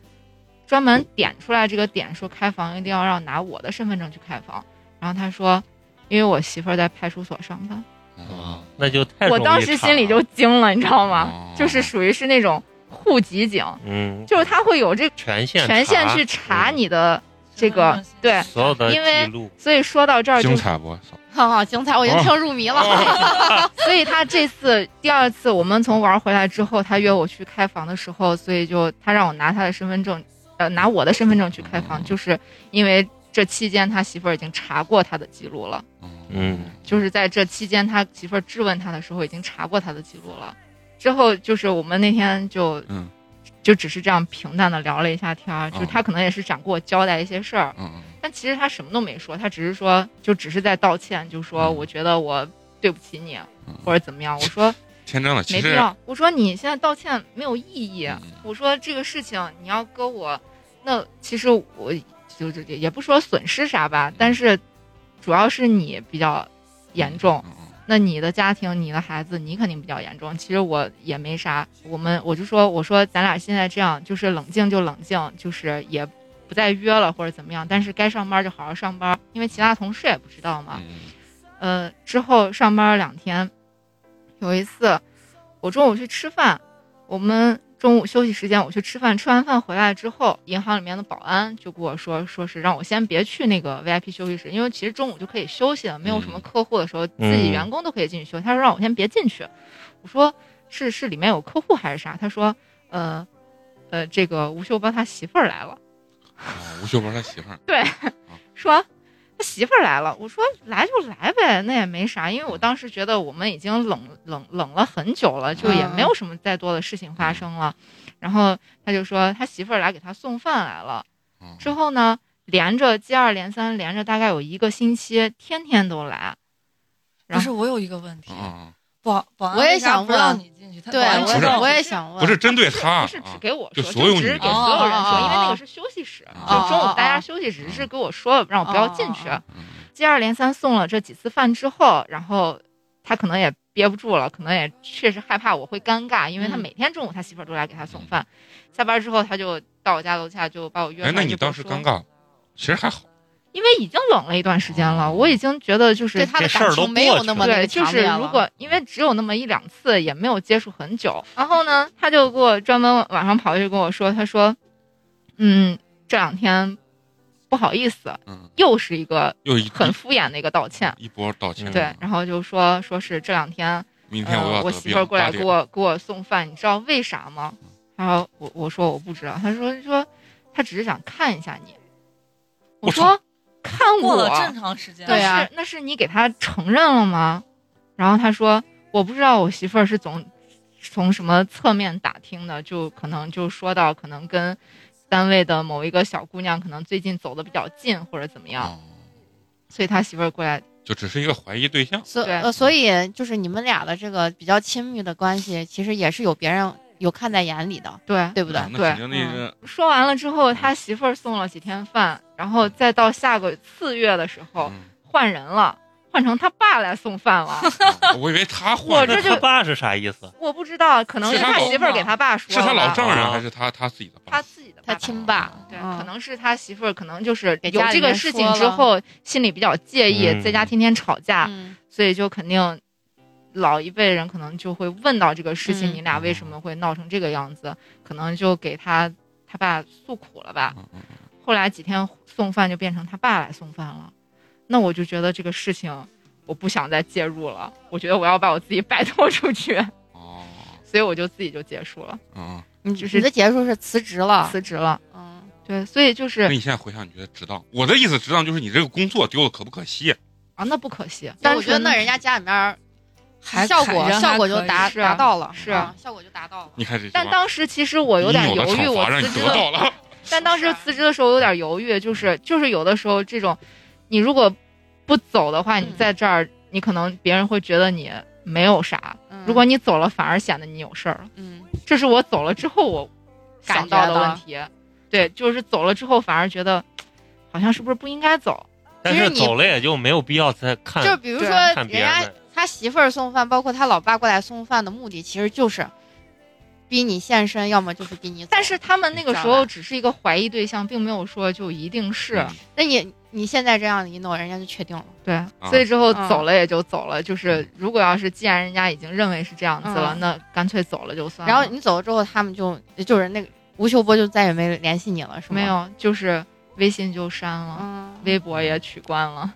Speaker 5: 专门点出来这个点说开房一定要让拿我的身份证去开房？然后他说，因为我媳妇儿在派出所上班。
Speaker 2: 嗯
Speaker 4: 啊，那就太
Speaker 5: 我
Speaker 4: 容易
Speaker 5: 当时
Speaker 4: 查
Speaker 5: 心里就
Speaker 4: 了
Speaker 5: 惊了，你知道吗
Speaker 2: 哦？
Speaker 5: 就是属于是那种户籍警，
Speaker 4: 嗯，
Speaker 5: 就是他会有这个
Speaker 4: 权限
Speaker 5: 权限
Speaker 4: 查嗯
Speaker 5: 去查你的这个
Speaker 7: 嗯
Speaker 5: 对。
Speaker 4: 所有的
Speaker 5: 因为
Speaker 4: 记录，
Speaker 5: 所以说到这儿就
Speaker 2: 精，彩不？
Speaker 6: 好好精彩，我
Speaker 2: 哦
Speaker 6: 已经听入迷了。
Speaker 5: 所以他这次第二次我们从玩回来之后，他约我去开房的时候，所以就他让我拿他的身份证，呃，拿我的身份证去开房，
Speaker 2: 嗯
Speaker 5: 就是因为这期间他媳妇儿已经查过他的记录了，
Speaker 4: 嗯，
Speaker 5: 就是在这期间他媳妇儿质问他的时候已经查过他的记录了。之后就是我们那天就
Speaker 2: 嗯
Speaker 5: 就只是这样平淡的聊了一下天儿，就是
Speaker 2: 嗯
Speaker 5: 他可能也是想给我交代一些事儿，
Speaker 2: 嗯
Speaker 5: 但其实他什么都没说，他只是说就只是在道歉，就说
Speaker 2: 嗯
Speaker 5: 我觉得我对不起你
Speaker 2: 嗯
Speaker 5: 或者怎么样。我说
Speaker 2: 嗯，天真了，其
Speaker 5: 没必
Speaker 2: 实
Speaker 5: 要，我说你现在道歉没有意义
Speaker 2: 嗯，
Speaker 5: 我说这个事情你要搁我，那其实我就就也不说损失啥吧，
Speaker 2: 嗯
Speaker 5: 但是主要是你比较严重，
Speaker 2: 嗯嗯
Speaker 5: 那你的家庭、你的孩子，你肯定比较严重。其实我也没啥，我们我就说，我说咱俩现在这样，就是冷静就冷静，就是也不再约了或者怎么样。但是该上班就好好上班，因为其他同事也不知道嘛。
Speaker 2: 嗯
Speaker 5: 呃，之后上班两天，有一次我中午去吃饭，我们中午休息时间我去吃饭，吃完饭回来之后，银行里面的保安就跟我说，说是让我先别去那个 VIP 休息室，因为其实中午就可以休息了，没有什么
Speaker 2: 嗯
Speaker 5: 客户的时候，自己员工都可以进去休息。他说让我先别进去，我说是是里面有客户还是啥？他说呃呃，这个吴秀波他媳妇儿来了。
Speaker 2: 啊，吴秀波他媳妇儿，
Speaker 5: 说他媳妇儿来了，我说来就来呗，那也没啥，因为我当时觉得我们已经冷冷冷了很久了，就也
Speaker 6: 嗯
Speaker 5: 没有什么再多的事情发生了。然后他就说他媳妇儿来给他送饭来了，
Speaker 2: 嗯
Speaker 5: 之后呢，连着接二连三，连着大概有一个星期，天天都来。
Speaker 7: 不
Speaker 5: 然后
Speaker 7: 是，我有一个问题，
Speaker 2: 嗯
Speaker 7: 保保安
Speaker 6: 我也
Speaker 7: 为啥
Speaker 6: 想
Speaker 7: 不让
Speaker 6: 问
Speaker 7: 你进去，他
Speaker 6: 对，
Speaker 7: 保安
Speaker 6: 我
Speaker 7: 知
Speaker 6: 也
Speaker 7: 道
Speaker 6: 我也想问，
Speaker 2: 不是针对他
Speaker 5: 不是只
Speaker 2: 啊，
Speaker 5: 给我
Speaker 2: 就
Speaker 5: 说，
Speaker 2: 所有
Speaker 5: 只
Speaker 2: 女
Speaker 5: 是
Speaker 2: 的
Speaker 5: 给所有人
Speaker 6: 哦哦
Speaker 5: 说，
Speaker 6: 哦
Speaker 5: 因为那个是休息室，
Speaker 2: 哦
Speaker 5: 就中午大
Speaker 6: 哦
Speaker 5: 家
Speaker 6: 哦
Speaker 5: 休息室，只是给我说了让我不要进去。
Speaker 6: 哦哦哦
Speaker 2: 嗯
Speaker 5: 接二连三送了这几次饭之后，然后他可能也憋不住了，可能也确实害怕我会尴尬，因为他
Speaker 6: 嗯
Speaker 5: 每天中午他媳妇儿都来给他送饭，下班之后他就到我家楼下就把我约
Speaker 2: 哎
Speaker 5: 出来。，
Speaker 2: 那
Speaker 5: 就
Speaker 2: 你
Speaker 5: 跟
Speaker 2: 当
Speaker 5: 我
Speaker 2: 时
Speaker 5: 说
Speaker 2: 尴？尬，其实还好，
Speaker 5: 因为已经冷了一段时间了，
Speaker 2: 哦
Speaker 5: 我已经觉得就是
Speaker 6: 对他的
Speaker 4: 这事儿
Speaker 6: 感
Speaker 4: 都
Speaker 6: 情没有那么
Speaker 4: 过
Speaker 6: 那
Speaker 5: 对，
Speaker 6: 个
Speaker 5: 就
Speaker 6: 强
Speaker 5: 是
Speaker 6: 烈了
Speaker 5: 如果因为只有那么一两次，也没有接触很久。然后呢，他就给我专门晚上跑去跟我说，他说，嗯，这两天不好意思，
Speaker 2: 嗯，
Speaker 5: 又是一个
Speaker 2: 又一
Speaker 5: 很敷衍的一个道歉。
Speaker 2: 一波道歉，
Speaker 5: 对，，然后就说说是这两天，
Speaker 2: 明嗯天我
Speaker 5: 呃
Speaker 2: 要，
Speaker 5: 我
Speaker 2: 得
Speaker 5: 媳
Speaker 2: 病
Speaker 5: 妇儿过来
Speaker 2: 八点嗯
Speaker 5: 给我给我送饭，你知道为啥吗？然后我我说我不知道，他说说他只是想看一下你，我
Speaker 2: 我
Speaker 5: 说看
Speaker 7: 过
Speaker 5: 我
Speaker 7: 了正常时间，
Speaker 5: 那
Speaker 6: 对
Speaker 5: 是
Speaker 6: 啊
Speaker 5: 那是你给他承认了吗？然后他说我不知道，我媳妇儿是总从什么侧面打听的，就可能就说到可能跟单位的某一个小姑娘可能最近走的比较近或者怎么样，
Speaker 2: 哦
Speaker 5: 所以他媳妇儿过来
Speaker 2: 就只是一个怀疑对象，
Speaker 6: 所
Speaker 5: 对
Speaker 6: 呃，所以就是你们俩的这个比较亲密的关系，其实也是有别人有看在眼里的，
Speaker 5: 对
Speaker 6: 对不对
Speaker 2: 啊？那
Speaker 5: 对
Speaker 2: 肯
Speaker 5: 嗯
Speaker 2: 定那个
Speaker 5: 说完了之后，
Speaker 2: 嗯
Speaker 5: 他媳妇儿送了几天饭，然后再到下个次月的时候
Speaker 2: 嗯
Speaker 5: 换人了，换成他爸来送饭 了。
Speaker 2: 啊我以为他换
Speaker 5: 我
Speaker 2: 了
Speaker 5: 这
Speaker 4: 那
Speaker 5: 就
Speaker 4: 他爸是啥意思？
Speaker 5: 我不知道，可能是
Speaker 2: 是他
Speaker 5: 他
Speaker 2: 老嗯
Speaker 5: 媳妇儿给他爸说
Speaker 2: 是他老
Speaker 5: 了哦
Speaker 2: 丈人
Speaker 4: 啊
Speaker 2: 还是他他自己的
Speaker 5: 他
Speaker 2: 爸？
Speaker 5: 自己的爸
Speaker 6: 他
Speaker 5: 爸
Speaker 6: 亲爸，
Speaker 5: 对，
Speaker 6: 嗯
Speaker 5: 可能是他媳妇儿，可能就是
Speaker 6: 给
Speaker 5: 有
Speaker 6: 家里
Speaker 5: 这个
Speaker 6: 面
Speaker 5: 事
Speaker 6: 说
Speaker 5: 情之
Speaker 6: 了
Speaker 5: 后，心里比较介意，
Speaker 4: 嗯
Speaker 5: 在家天天吵架，
Speaker 6: 嗯
Speaker 5: 所以就肯定老一辈人可能就会问到这个事情，
Speaker 6: 嗯
Speaker 5: 你俩为什么会闹成这个样子？可能就给他他爸诉苦了吧。
Speaker 2: 嗯嗯
Speaker 5: 后来几天送饭就变成他爸来送饭了，那我就觉得这个事情，我不想再介入了，我觉得我要把我自己摆脱出去，
Speaker 2: 哦，
Speaker 5: 所以我就自己就结束了，
Speaker 2: 嗯，
Speaker 6: 你
Speaker 5: 就是
Speaker 6: 你的结束是辞职了，
Speaker 5: 辞职了。
Speaker 6: 嗯，
Speaker 5: 对，所以就
Speaker 2: 那
Speaker 5: 是
Speaker 2: 你现在回想，你觉得值当？我的意思，值当就是你这个工作丢了可不可惜？
Speaker 5: 啊，那不可惜，
Speaker 6: 但
Speaker 5: 但
Speaker 6: 我觉得那人家家里面儿
Speaker 7: 还
Speaker 6: 效果
Speaker 7: 还
Speaker 6: 效果就
Speaker 7: 可以
Speaker 6: 达
Speaker 5: 是啊
Speaker 6: 达到了，
Speaker 5: 是
Speaker 6: 啊，效果就达到了。
Speaker 2: 你看这句
Speaker 5: 但
Speaker 2: 话
Speaker 5: 当时其实我有点
Speaker 2: 应有的
Speaker 5: 犹豫，
Speaker 2: 惩
Speaker 5: 我
Speaker 2: 罚让你
Speaker 5: 辞职
Speaker 2: 得
Speaker 5: 的
Speaker 2: 到了，
Speaker 5: 但当
Speaker 6: 啊
Speaker 5: 时辞职的时候有点犹豫，就是就是有的时候这种，你如果不走的话，
Speaker 6: 嗯
Speaker 5: 你在这儿，你可能别人会觉得你没有啥；
Speaker 6: 嗯
Speaker 5: 如果你走了，反而显得你有事儿了。
Speaker 6: 嗯
Speaker 5: 这是我走了之后我想到的问题。对，就是走了之后反而觉得，好像是不是不应该走？
Speaker 4: 但
Speaker 6: 其实
Speaker 4: 是
Speaker 6: 你
Speaker 4: 走了也就没有必要再看
Speaker 6: 就是比如说
Speaker 5: 对
Speaker 4: 看
Speaker 6: 人
Speaker 4: 别人
Speaker 6: 家
Speaker 4: 的。
Speaker 6: 他媳妇儿送饭，包括他老爸过来送饭的目的，其实就是逼你现身，要么就是逼你走。
Speaker 5: 但是他们那个时
Speaker 6: 你知道
Speaker 5: 候
Speaker 6: 吧
Speaker 5: 只是一个怀疑对象，并没有说就一定是
Speaker 2: 嗯
Speaker 6: 那你你现在这样一弄，人家就确定了。
Speaker 5: 对，所以之后走了也就走了。就是
Speaker 2: 嗯
Speaker 5: 如果要是既然人家已经认为是这样子了，
Speaker 6: 嗯
Speaker 5: 那干脆走了就算了。
Speaker 6: 然后你走了之后，他们就就是那个吴秀波就再也没联系你了，是吗？
Speaker 5: 没。有，就是微信就删了，
Speaker 6: 嗯，
Speaker 5: 微博也取关了，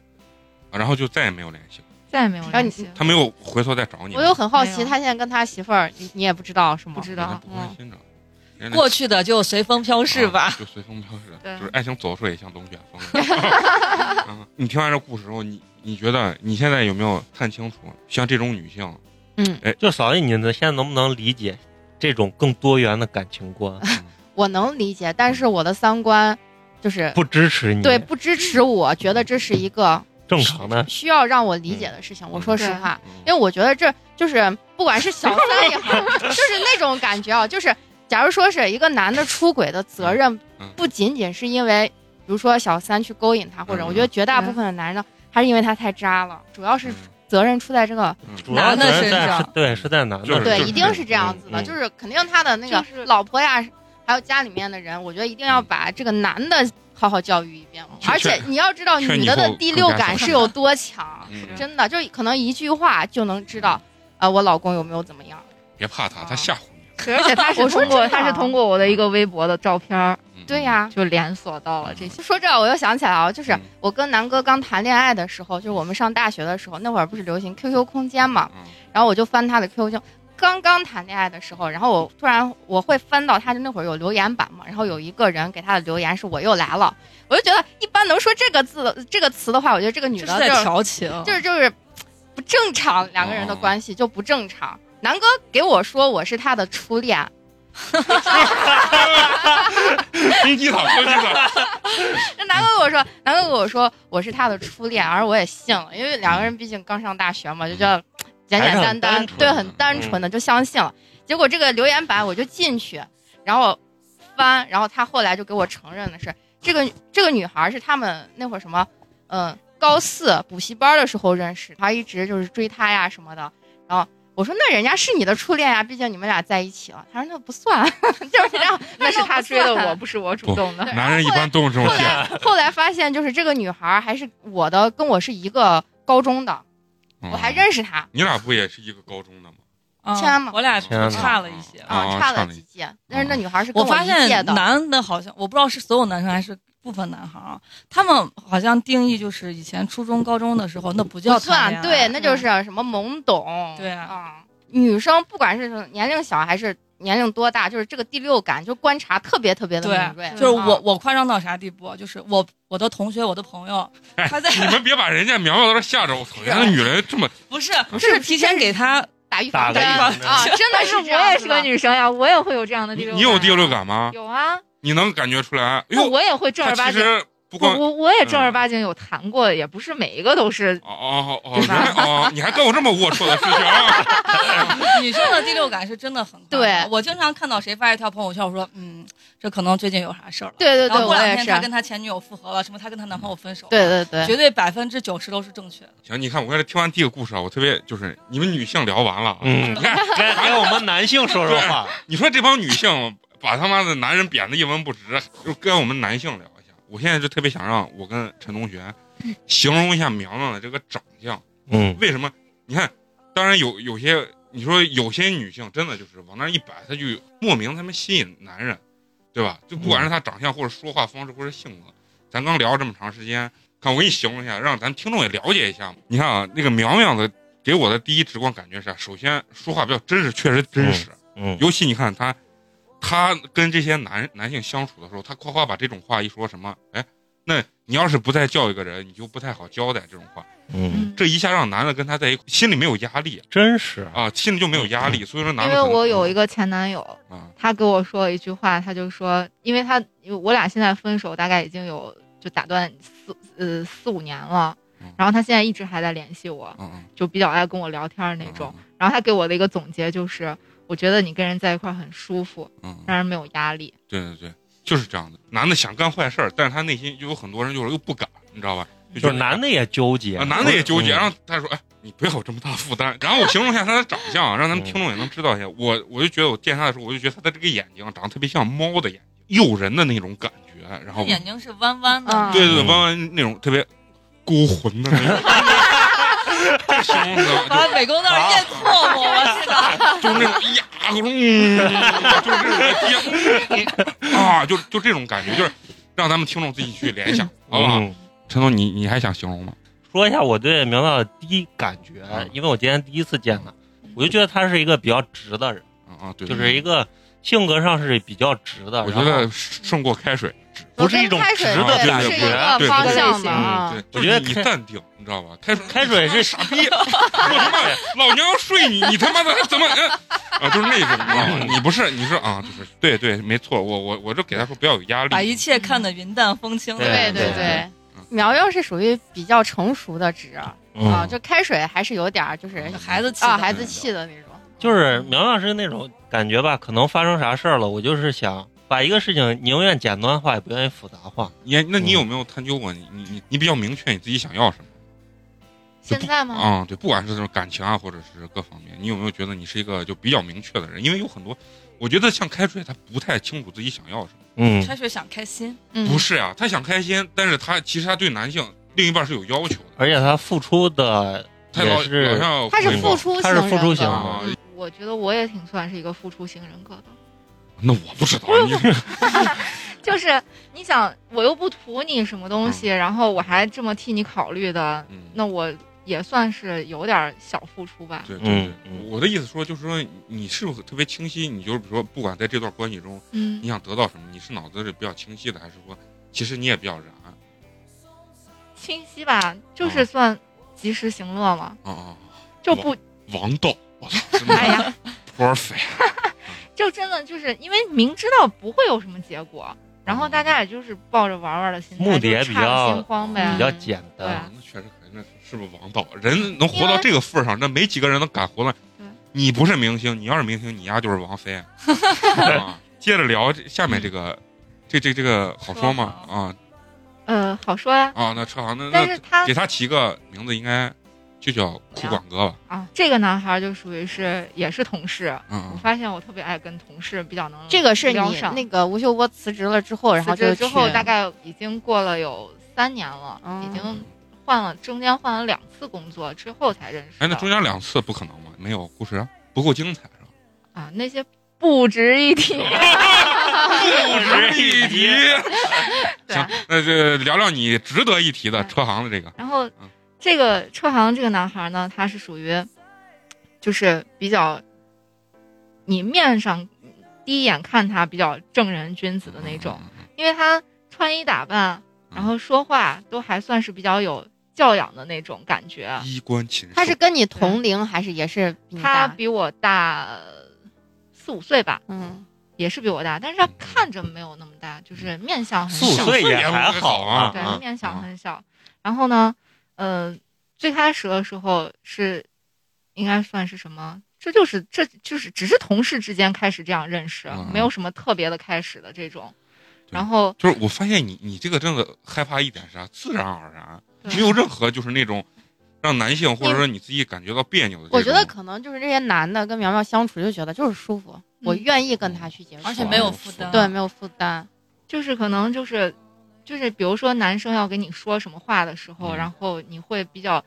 Speaker 2: 然后就再也没有联系了。
Speaker 5: 再也没有
Speaker 6: 然后
Speaker 5: 联
Speaker 6: 你
Speaker 5: 系了。
Speaker 2: 他没有回头再找你吗，
Speaker 6: 我就很好
Speaker 5: 没
Speaker 6: 奇，
Speaker 5: 有
Speaker 6: 他现在跟他媳妇儿，你你也不知道是吗？
Speaker 5: 不知
Speaker 2: 知
Speaker 5: 道，
Speaker 2: 不
Speaker 6: 嗯
Speaker 2: 关心着。人家啊
Speaker 7: 过去的就随风飘逝吧。
Speaker 2: 就随风飘逝，
Speaker 5: 对
Speaker 2: 就是爱情走的时候也像龙卷风。 嗯你听完这故事之后，你你觉得你现在有没有看清楚，像这种女性，
Speaker 6: 嗯，
Speaker 4: 就嫂子，你能现在能不能理解这种更多元的感情 观？
Speaker 2: 嗯
Speaker 6: 我能理解，但是我的三观就是
Speaker 4: 不支持你，
Speaker 6: 对不支持我，觉得这是一个
Speaker 4: 正常的。
Speaker 6: 需要让我理解的事情。我说实
Speaker 5: 对
Speaker 6: 话，
Speaker 2: 嗯嗯
Speaker 6: 因为我觉得这就是不管是小三 也好，就是那种感觉啊，就是假如说是一个男的出轨的责任
Speaker 2: 嗯，
Speaker 6: 不仅仅是因为比如说小三去勾引他，或者
Speaker 2: 嗯
Speaker 6: 我觉得绝大部分的男的还是因为他太渣了，主要是责任出在这个
Speaker 2: 嗯
Speaker 4: 主要
Speaker 7: 男的
Speaker 4: 责任在
Speaker 7: 身上
Speaker 4: 是对是在男
Speaker 2: 就
Speaker 4: 的
Speaker 2: 是
Speaker 4: 身
Speaker 2: 就
Speaker 6: 对，
Speaker 4: 上，
Speaker 2: 是
Speaker 6: 一定是这样子的，
Speaker 4: 嗯
Speaker 6: 就是肯定他的那个
Speaker 5: 就是
Speaker 6: 老婆呀，还有家里面的人，我觉得一定要把这个男的好好教育一遍。
Speaker 2: 劝
Speaker 6: 而且你要知道，
Speaker 2: 劝劝
Speaker 6: 女的
Speaker 2: 以
Speaker 6: 的
Speaker 2: 后
Speaker 6: 第六
Speaker 2: 更加
Speaker 6: 感
Speaker 2: 小
Speaker 6: 是有多强，
Speaker 2: 嗯嗯
Speaker 6: 真的，就可能一句话就能知道，啊、我老公有没有怎么样。
Speaker 2: 别怕他，他吓唬你。
Speaker 5: 而且他是
Speaker 6: 我说
Speaker 5: 通过
Speaker 6: 真的
Speaker 5: 他是通过我的一个微博的照片儿
Speaker 2: 嗯
Speaker 6: 对，呀、
Speaker 5: 就连锁到了这些。
Speaker 6: 说这我又想起来啊，就是
Speaker 2: 嗯
Speaker 6: 我跟南哥刚谈恋爱的时候，就是我们上大学的时候，那会儿不是流行 QQ 空间嘛，
Speaker 2: 嗯
Speaker 6: 然后我就翻他的 QQ 就刚刚谈恋爱的时候，然后我突然我会翻到他的那会儿有留言板嘛，然后有一个人给他的留言是我又来了，我就觉得一般能说这个字这个词的话，我觉得这个女
Speaker 7: 这
Speaker 6: 的
Speaker 7: 是
Speaker 6: 就
Speaker 7: 在
Speaker 6: 是
Speaker 7: 调情，
Speaker 6: 就是就是不正常，两个人
Speaker 2: 哦
Speaker 6: 的关系就不正常。南哥给我说我是他的初恋，
Speaker 2: 攻击他，攻击他。
Speaker 6: 那南哥跟我说，南哥跟我说我是他的初恋，而我也信了，因为两个人毕竟刚上大学嘛，就叫简简单
Speaker 4: 还是
Speaker 6: 单
Speaker 4: 很单，纯
Speaker 6: 对，很单纯的就相信了。结果这个留言板我就进去，然后翻，然后他后来就给我承认的是，这个这个女孩是他们那会儿什么，嗯，高四补习班的时候认识，他一直就是追她呀什么的。然后我说那人家是你的初恋呀，毕竟你们俩在一起了。他说那不算， 就是这样，
Speaker 5: 那是
Speaker 6: 不
Speaker 5: 他追的
Speaker 6: 算
Speaker 5: 我，不是我主动的。
Speaker 6: 对
Speaker 2: 男人一般都是这种
Speaker 4: 哎
Speaker 6: 后
Speaker 2: 性
Speaker 6: 来后来发现，就是这个女孩儿还是我的，跟我是一个高中的，
Speaker 2: 格，
Speaker 4: 嗯
Speaker 6: 我还
Speaker 2: 识。
Speaker 6: 认识她，
Speaker 2: 嗯你俩不也是一个高中的吗？
Speaker 7: 嗯
Speaker 6: 天嘛
Speaker 7: 我俩
Speaker 2: 天哪
Speaker 7: 差了一些。
Speaker 2: 哦
Speaker 6: 啊，差
Speaker 2: 差
Speaker 6: 了
Speaker 2: 了一
Speaker 6: 几届。但
Speaker 4: 哦
Speaker 6: 是那女孩儿是跟
Speaker 7: 我发
Speaker 6: 一届
Speaker 7: 现
Speaker 6: 的，
Speaker 7: 男的好像我不知道是所有男生还是部分男孩啊，他们好像定义就是以前初中、高中的时候那不叫谈
Speaker 6: 不算
Speaker 7: 恋
Speaker 6: 对，
Speaker 7: 爱，
Speaker 6: 那就是什么懵懂，
Speaker 7: 哎对
Speaker 6: 啊，女生不管是年龄小还是年龄多大，就是这个第六感就观察特别特别的
Speaker 7: 对
Speaker 6: 敏锐，
Speaker 7: 就是我
Speaker 6: 啊。
Speaker 7: 我夸张到啥地步啊？就是我我的同学、我的朋 友，
Speaker 2: 哎
Speaker 7: 他在
Speaker 2: 你们别把人家苗苗在这吓着，我操！原来女人这么
Speaker 7: 不是
Speaker 6: 不是
Speaker 7: 是提前给 他
Speaker 6: 打预
Speaker 4: 打
Speaker 6: 防
Speaker 4: 个
Speaker 6: 针
Speaker 4: 预
Speaker 6: 啊
Speaker 4: 防针，
Speaker 6: 真的
Speaker 5: 但是
Speaker 6: 这
Speaker 5: 我
Speaker 6: 样
Speaker 5: 也
Speaker 6: 子
Speaker 5: 是
Speaker 6: 的
Speaker 5: 个女生呀，我也会有这样的第
Speaker 2: 你
Speaker 5: 六感。
Speaker 2: 你有第六？感吗？
Speaker 5: 有啊，
Speaker 2: 你能感觉出来？哎
Speaker 5: 那
Speaker 2: 呦，
Speaker 5: 我也会正儿
Speaker 2: 他
Speaker 5: 八
Speaker 2: 其
Speaker 5: 经。
Speaker 2: 实不
Speaker 5: 不
Speaker 2: 光
Speaker 5: 我我也正
Speaker 2: 嗯
Speaker 5: 儿八经有谈过，也不是每一个都是。
Speaker 2: 哦哦哦，
Speaker 5: 对
Speaker 2: 原
Speaker 5: 吧
Speaker 2: 来哦，你还干过这么龌龊的事情啊？
Speaker 7: 女生的第六感是真的很快
Speaker 6: 嗯对
Speaker 7: 我经常看到谁发一条朋友圈，我说嗯，这可能最近有啥事儿了。
Speaker 6: 对对
Speaker 7: 然
Speaker 6: 对，
Speaker 7: 后过
Speaker 6: 我
Speaker 7: 两
Speaker 6: 也
Speaker 7: 天
Speaker 6: 是
Speaker 7: 他，跟他前女友复合了，什么他跟他男朋友分手了，
Speaker 6: 对对对，
Speaker 7: 绝对百分之九十都是正确的。
Speaker 2: 行，你看我刚才听完第一个故事啊，我特别就是你们女性聊完了，啊
Speaker 4: 嗯
Speaker 2: 你，看
Speaker 4: 来来，我们男性说说话，
Speaker 2: 你说这帮女性把他妈的男人贬得一文不值，就跟我们男性聊一下。我现在就特别想让我跟陈同学形容一下苗苗的这个长相，
Speaker 4: 嗯，
Speaker 2: 为什么？你看，当然有有些你说有些女性真的就是往那儿一摆，她就莫名他们吸引男人，对吧？就不管是她长相或者说话方式或者性格，咱刚聊这么长时间，看我给你形容一下，让咱们听众也了解一下嘛。你看啊，那个苗苗的给我的第一直观感觉是啥？啊首先说话比较真实，确实真实。
Speaker 4: 嗯，
Speaker 2: 尤其你看她，她跟这些男男性相处的时候，她夸夸把这种话一说，什么哎，那你要是不再叫一个人，你就不太好交代这种话。
Speaker 4: 嗯，
Speaker 2: 这一下让男的跟她在一块，心里没有压力
Speaker 4: 真是
Speaker 2: 啊，心里就没有压力。所以说男
Speaker 5: 嗯因
Speaker 2: 的
Speaker 5: 为
Speaker 2: 可能
Speaker 5: 我
Speaker 4: 嗯
Speaker 5: 有一个前男友，
Speaker 2: 啊，
Speaker 5: 他给我说了一句话，他就说，因为他我俩现在分手大概已经有就打断四呃四五年了
Speaker 2: 嗯，
Speaker 5: 然后他现在一直还在联系我，
Speaker 2: 嗯嗯
Speaker 5: 就比较爱跟我聊天儿那种。然后他给我的一个总结就是，我觉得你跟人在一块儿很舒服，
Speaker 2: 嗯，嗯
Speaker 5: 让人没有压力。
Speaker 2: 对对对，就是这样的。男的想干坏事儿，但是他内心就有很多人就是又不敢，你知道吧？就
Speaker 4: 就
Speaker 2: 觉得
Speaker 4: 是男的也纠结
Speaker 2: 啊，，男的也纠结。
Speaker 4: 嗯
Speaker 2: 然后他说：“哎，你不要有这么大负担。”然后我形容一下他的长相，啊让咱
Speaker 4: 嗯
Speaker 2: 们听众也能知道一下。我我就觉得我见他的时候，我就觉得他的这个眼睛长得特别像猫的眼睛，诱人的那种感觉。然后
Speaker 6: 嗯
Speaker 7: 眼睛是弯弯的
Speaker 5: 啊，
Speaker 2: 对对对，
Speaker 4: 嗯
Speaker 2: 弯弯那种特别勾魂的那 种。这形容词
Speaker 7: 啊，北宫那儿咽唾沫，我操！
Speaker 2: 就就是那种哎呀，嗯，就是那种哎呀啊，就就这种感觉，就是让咱们听众自己去联想，好不好？
Speaker 4: 嗯
Speaker 2: 陈总，你你还想形容吗？
Speaker 4: 说一下我对苗苗的第一感觉
Speaker 2: 嗯，
Speaker 4: 因为我今天第一次见他，我就觉得他是一个比较直的人，
Speaker 2: 啊啊，对，
Speaker 4: 就是一个性格上是比较直的。
Speaker 2: 我
Speaker 4: 然
Speaker 2: 觉
Speaker 4: 后
Speaker 2: 得胜过开水，
Speaker 4: 不是一种
Speaker 6: 跟开
Speaker 4: 直
Speaker 6: 水
Speaker 4: 的
Speaker 6: 对
Speaker 2: 感
Speaker 6: 是
Speaker 2: 觉
Speaker 6: 一个
Speaker 2: 对
Speaker 6: 方
Speaker 2: 对
Speaker 6: 向
Speaker 5: 对
Speaker 6: 的啊
Speaker 2: 对。，
Speaker 4: 我
Speaker 2: 就是
Speaker 4: 觉得
Speaker 2: 你
Speaker 4: 开
Speaker 2: 淡定，你知道吧？开水
Speaker 4: 开水是
Speaker 2: 傻逼，我他妈的老娘要睡你，你他妈的怎么？嗯啊，就是那种，你知道吗？你不是，你是啊，就是对对，没错，我我我就给他说不要有压
Speaker 7: 把一
Speaker 2: 力，
Speaker 7: 切看得云淡风轻的。
Speaker 6: 对
Speaker 4: 对
Speaker 6: 对
Speaker 4: 对
Speaker 6: 对
Speaker 2: 嗯，
Speaker 6: 苗苗是属于比较成熟的直啊，
Speaker 2: 嗯
Speaker 6: 就开水还是有点儿就是
Speaker 7: 孩子气的
Speaker 6: 啊孩子气的那种。
Speaker 4: 就是苗苗是那种感觉吧，可能发生啥事儿了，我就是想把一个事情宁愿简单化，也不愿意复杂化。
Speaker 2: 你那你有没有探究过你你你你比较明确你自己想要什么？
Speaker 6: 现在吗？
Speaker 2: 啊、对，不管是这种感情啊，或者是各方面，你有没有觉得你是一个就比较明确的人？因为有很多，我觉得像开水，他不太清楚自己想要什么。
Speaker 4: 嗯
Speaker 7: 开水想开心，
Speaker 6: 嗯
Speaker 2: 不是呀、啊他想开心，但是他其实他对男性另一半是有要求的，
Speaker 4: 而且他付出的
Speaker 2: 他老
Speaker 4: 也
Speaker 2: 老
Speaker 4: 是
Speaker 2: 像有
Speaker 6: 他是
Speaker 2: 回报
Speaker 6: 付出型
Speaker 4: 他
Speaker 6: 人
Speaker 4: 是
Speaker 6: 格，
Speaker 4: 付出型
Speaker 2: 啊
Speaker 4: 的，
Speaker 5: 我觉得我也挺算是一个付出型人格的。
Speaker 2: 那我不知道， 你
Speaker 5: 就是
Speaker 6: 嗯
Speaker 5: 你想，我又不图你什么
Speaker 4: 嗯
Speaker 5: 东西，然后我还这么替你考虑的，
Speaker 2: 嗯，
Speaker 5: 那我也算是有点儿小付出吧。
Speaker 2: 对对对
Speaker 4: 嗯，嗯
Speaker 2: 我的意思说就是说，你是不是特别清晰？你就是比如说，不管在这段关系中，
Speaker 5: 嗯
Speaker 2: 你，想得到什么，你是脑子里比较清晰的，还是说其实你也比较然？
Speaker 5: 清晰吧，
Speaker 4: 哦
Speaker 5: 就是算及时行乐嘛，
Speaker 2: 啊啊，
Speaker 5: 就不，
Speaker 2: 王道，我操， 真
Speaker 5: 哎
Speaker 2: 的
Speaker 5: 呀，
Speaker 2: perfect，
Speaker 5: 就真的就是因为明知道不会有什么结果，然后大家也就是抱着玩玩的心
Speaker 4: 哦
Speaker 5: 态，
Speaker 4: 目的也
Speaker 5: 就是
Speaker 4: 比
Speaker 5: 差个
Speaker 4: 较嗯
Speaker 5: 心慌呗，
Speaker 4: 比较简单
Speaker 5: 对。
Speaker 2: 啊那确实可以，那是不是王道？啊人能活到这个份儿上，那没几个人能敢活到
Speaker 5: 对。
Speaker 2: 你不是明星，你要是明星，你丫就是王 菲。啊接着聊这下面这
Speaker 5: 嗯
Speaker 2: 个，这这这个好说吗？
Speaker 7: 车
Speaker 2: 啊
Speaker 5: 呃，好说呀。
Speaker 2: 啊，那车行，那
Speaker 5: 但是
Speaker 2: 那
Speaker 5: 他
Speaker 2: 给他起个名字，应该就叫酷管哥吧？
Speaker 5: 啊，这个男孩就属于是也是同事，
Speaker 2: 嗯
Speaker 5: 我
Speaker 2: 嗯。
Speaker 5: 发现我特别爱跟同事比较能
Speaker 6: 这个是你
Speaker 5: 聊上
Speaker 6: 那个吴秀波辞职了之后，然后
Speaker 5: 辞职
Speaker 6: 就
Speaker 5: 之后
Speaker 6: 去
Speaker 5: 大概已经过了有三年了，
Speaker 6: 嗯
Speaker 5: 已经换了中间换了两次工作之后才认识的。
Speaker 2: 哎，那中间两次不可能吗？没有故事啊不够精彩是 吧？
Speaker 5: 啊那些不值一提。
Speaker 2: 不值一提。
Speaker 5: 对
Speaker 2: 行，
Speaker 5: 啊
Speaker 2: 那就聊聊你值得一提的车行的这个。
Speaker 5: 然后
Speaker 2: 嗯
Speaker 5: 这个车行这个男孩呢，他是属于就是比较你面上第一眼看他比较正人君子的那种，
Speaker 2: 嗯
Speaker 5: 因为他穿衣打扮，然后说话都还算是比较有教养的那种感觉。
Speaker 2: 衣冠禽兽。
Speaker 6: 他是跟你同龄还是也是比你
Speaker 5: 他
Speaker 6: 大？
Speaker 5: 比我大呃四五岁吧，
Speaker 6: 嗯，
Speaker 5: 也是比我大，但是他看着没有那么大，
Speaker 2: 嗯
Speaker 5: 就是面相很
Speaker 4: 四
Speaker 5: 小，
Speaker 4: 五岁也还好啊，
Speaker 5: 对，
Speaker 4: 啊
Speaker 5: 面相很小。然后呢，呃，最开始的时候是应该算是什么？这就是这就是只是同事之间开始这样认识，
Speaker 2: 嗯
Speaker 5: 没有什么特别的开始的这种。
Speaker 2: 对
Speaker 5: 然后
Speaker 2: 就是我发现你你这个真的害怕一点是啥？自然而然，
Speaker 5: 对
Speaker 2: 没有任何就是那种让男性或者
Speaker 5: 嗯
Speaker 2: 说你自己感觉到别扭的这种。
Speaker 6: 我觉得可能就是这些男的跟苗苗相处就觉得就是舒服，我愿意跟他去接触，
Speaker 7: 而且没有负担
Speaker 6: 对嗯没有负担，
Speaker 5: 就是可能就是就是比如说男生要跟你说什么话的时候，
Speaker 2: 嗯
Speaker 5: 然后你会比较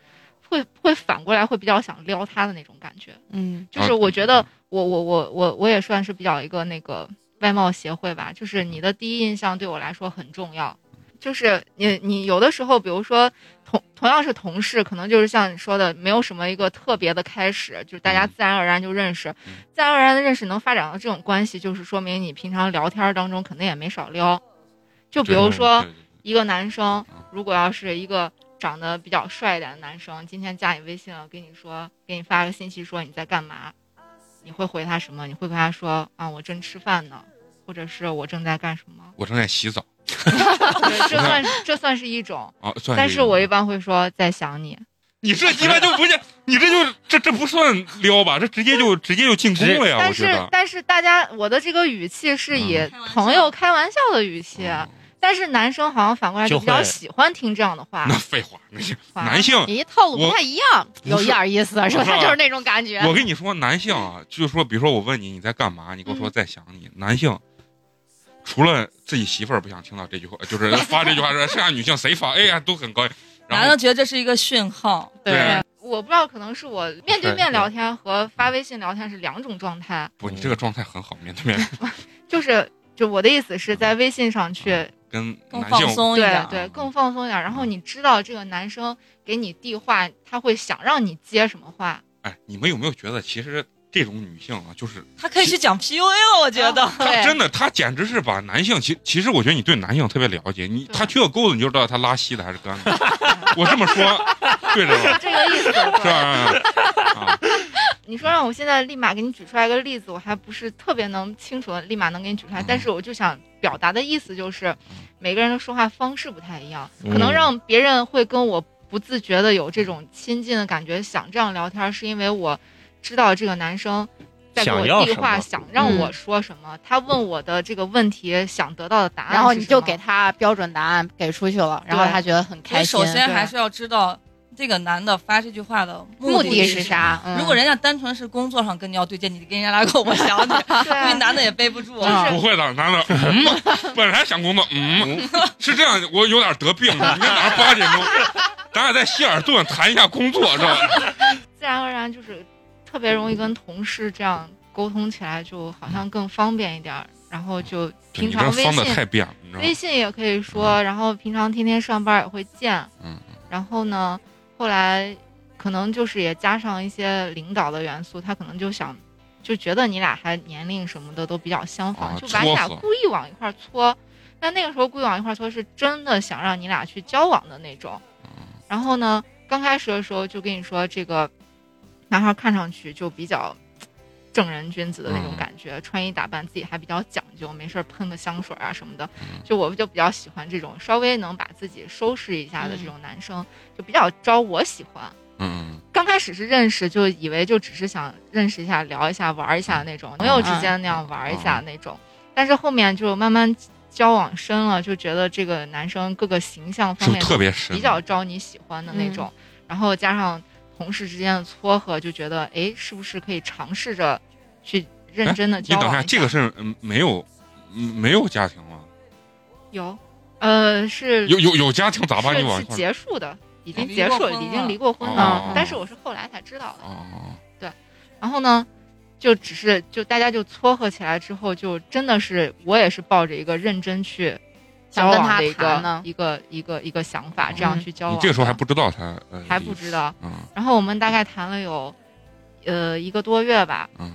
Speaker 5: 会会反过来会比较想撩他的那种感觉。
Speaker 6: 嗯
Speaker 2: 啊
Speaker 5: 就是我觉得我我我我我也算是比较一个那个外貌协会吧，就是你的第一印象对我来说很重要。就是你你有的时候，比如说同同样是同事，可能就是像你说的，没有什么一个特别的开始，就是大家
Speaker 2: 嗯
Speaker 5: 自然而然就认识，
Speaker 2: 嗯
Speaker 5: 自然而然的认识能发展到这种关系，就是说明你平常聊天当中肯定也没少撩。就比如说
Speaker 2: 啊对对对
Speaker 5: 一个男生
Speaker 2: 嗯，
Speaker 5: 如果要是一个长得比较帅一点的男生，今天加你微信了，跟你说给你发个信息说你在干嘛，你会回他什么？你会跟他说啊，我正吃饭呢，或者是我正在干什么？
Speaker 2: 我正在洗澡
Speaker 5: 对这算是这算是一种，
Speaker 2: 啊，算
Speaker 5: 但
Speaker 2: 一
Speaker 5: 是
Speaker 2: 个
Speaker 5: 我一般会说在想你。
Speaker 2: 你这鸡巴就不是，你这就这这不算撩吧？这直接就直接就进攻了呀！啊我
Speaker 5: 但
Speaker 2: 觉
Speaker 5: 是
Speaker 2: 得，
Speaker 5: 但是大家我的这个语气是以
Speaker 2: 嗯
Speaker 5: 朋友开玩笑的语气，
Speaker 2: 嗯
Speaker 5: 但是男生好像反过来
Speaker 4: 就
Speaker 5: 就
Speaker 4: 会
Speaker 5: 比较喜欢听这样的话
Speaker 2: 那。废话，那 是
Speaker 5: 哇
Speaker 2: 男性。
Speaker 6: 你套路
Speaker 2: 嗯
Speaker 6: 不
Speaker 2: 我
Speaker 6: 太一样，
Speaker 2: 不
Speaker 6: 有
Speaker 2: 是
Speaker 6: 一点意思，是吧？
Speaker 2: 不是
Speaker 6: 就是那种感觉。
Speaker 2: 我跟你说，男性 啊，就是说，比如说我问你你在干嘛，你跟我说在想
Speaker 7: 嗯
Speaker 2: 你。男性除了自己媳妇儿不想听到这句话，就是发这句话之外，剩下女性谁发，哎呀都很高兴。然
Speaker 7: 男的
Speaker 2: 后
Speaker 7: 觉得这是一个讯号，
Speaker 2: 对，
Speaker 5: 我不知道，可能是我面对面聊天和发微信聊天是两种状态，
Speaker 2: 不，你这个状态很好，面对 面
Speaker 5: 就是就我的意思是在微信上去，
Speaker 2: 跟
Speaker 7: 更
Speaker 2: 男
Speaker 7: 放
Speaker 2: 性
Speaker 7: 松一
Speaker 5: 对
Speaker 7: 点。啊
Speaker 5: 对，更放松一点。然后你知道这个男生给你递话，他会想让你接什么 话，
Speaker 2: 哎，你们有没有觉得，其实这种女性啊，就是
Speaker 7: 他可以去讲 PUA 了，我觉得。
Speaker 2: 她
Speaker 6: 对
Speaker 2: 真的，她简直是把男性，其其实我觉得你对男性特别了解，你
Speaker 5: 对
Speaker 2: 他缺个钩子你就知道他拉稀的还是干的。我这么说对着 吧？
Speaker 5: 这个意思。
Speaker 2: 是吧？啊，
Speaker 5: 你说让我现在立马给你举出来一个例子，我还不是特别能清楚的立马能给你举出来，
Speaker 2: 嗯
Speaker 5: 但是我就想表达的意思就是，每个人的说话方式不太一样，
Speaker 4: 嗯
Speaker 5: 可能让别人会跟我不自觉的有这种亲近的感觉，想这样聊天，是因为我知道这个男生在给
Speaker 4: 想
Speaker 5: 我
Speaker 4: 要
Speaker 5: 递
Speaker 4: 什
Speaker 5: 话，
Speaker 4: 么嗯
Speaker 5: 想让我说什么，他问我的这个问题想得到的答案，
Speaker 6: 然后你就给。他标准答案给出去了，然后
Speaker 5: 对
Speaker 6: 他觉得很
Speaker 7: 我
Speaker 6: 开心。
Speaker 7: 首先
Speaker 5: 对
Speaker 7: 还是要知道这个男的发这句话的
Speaker 6: 目
Speaker 7: 的
Speaker 6: 的
Speaker 7: 是
Speaker 6: 是啥？嗯
Speaker 7: 如果人家单纯是工作上跟你要对接，你跟人家拉个我想你，
Speaker 5: 对
Speaker 7: 因为
Speaker 5: 啊，
Speaker 7: 男的也背不住。
Speaker 5: 就是
Speaker 2: 不会的，男 的，嗯，本来想工作，嗯，是这样，我有点得 病，你看晚上八点钟，咱俩在希尔顿谈一下工作，知道吧？
Speaker 5: 自然而然就是特别容易跟同事这样沟通起来，就好像更方便一点儿。然后就
Speaker 2: 对
Speaker 5: 平
Speaker 2: 你
Speaker 5: 常
Speaker 2: 这
Speaker 5: 微
Speaker 2: 方的
Speaker 5: 信
Speaker 2: 太变了，你知道
Speaker 5: 微
Speaker 2: 吗？
Speaker 5: 信也可以说，然后平常天天上班也会见，
Speaker 2: 嗯，
Speaker 5: 然后呢，后来可能就是也加上一些领导的元素，他可能就想，就觉得你俩还年龄什么的都比较相仿，
Speaker 2: 啊
Speaker 5: 就把你俩
Speaker 2: 撮合
Speaker 5: 故意往一块儿搓。但那个时候故意往一块儿搓，是真的想让你俩去交往的那种。
Speaker 2: 嗯
Speaker 5: 然后呢，刚开始的时候就跟你说，这个男孩看上去就比较正人君子的那种
Speaker 2: 嗯
Speaker 5: 感觉，穿衣打扮自己还比较讲究，没事儿喷个香水啊什么的。就我就比较喜欢这种稍微能把自己收拾一下的这种男生，就比较招我喜欢。
Speaker 2: 嗯，
Speaker 5: 刚开始是认识，就以为就只是想认识一下、聊一下、玩
Speaker 2: 嗯
Speaker 5: 一下那种，朋友之间
Speaker 2: 哦
Speaker 5: 那样玩一下那种。但是后面就慢慢交往深了，就觉得这个男生各个形象
Speaker 2: 是不
Speaker 5: 方
Speaker 2: 是
Speaker 5: 面
Speaker 2: 特别深？嗯
Speaker 5: 比较招你喜欢的那种，然后加上同事之间的撮合，就觉得哎，是不是可以尝试着去认真的
Speaker 2: 你
Speaker 5: 交
Speaker 2: 等
Speaker 5: 往
Speaker 2: 一
Speaker 5: 一
Speaker 2: 下，这个是嗯没有嗯没有家庭吗？
Speaker 5: 有，呃，是
Speaker 2: 有有有家庭咋办？你往一
Speaker 5: 是是
Speaker 2: 块儿
Speaker 5: 结束的，已经
Speaker 7: 离
Speaker 5: 结
Speaker 7: 过
Speaker 5: 束了，
Speaker 7: 婚
Speaker 5: 已经
Speaker 7: 了
Speaker 5: 离过婚
Speaker 2: 哦
Speaker 5: 了，但是我是后来才知道的。
Speaker 2: 哦，
Speaker 5: 然后呢，就只是就大家就撮合起来之后，就真的是我也是抱着一个认真去交
Speaker 6: 想跟
Speaker 5: 往
Speaker 6: 他
Speaker 5: 的一
Speaker 6: 谈呢
Speaker 5: 个一个一个一个想法，这样去交
Speaker 2: 嗯你
Speaker 5: 往的。
Speaker 2: 这个时候还不知道他呃
Speaker 5: 哦还不知道。
Speaker 2: 嗯
Speaker 5: 然后我们大概谈了有呃一个多月吧，
Speaker 2: 嗯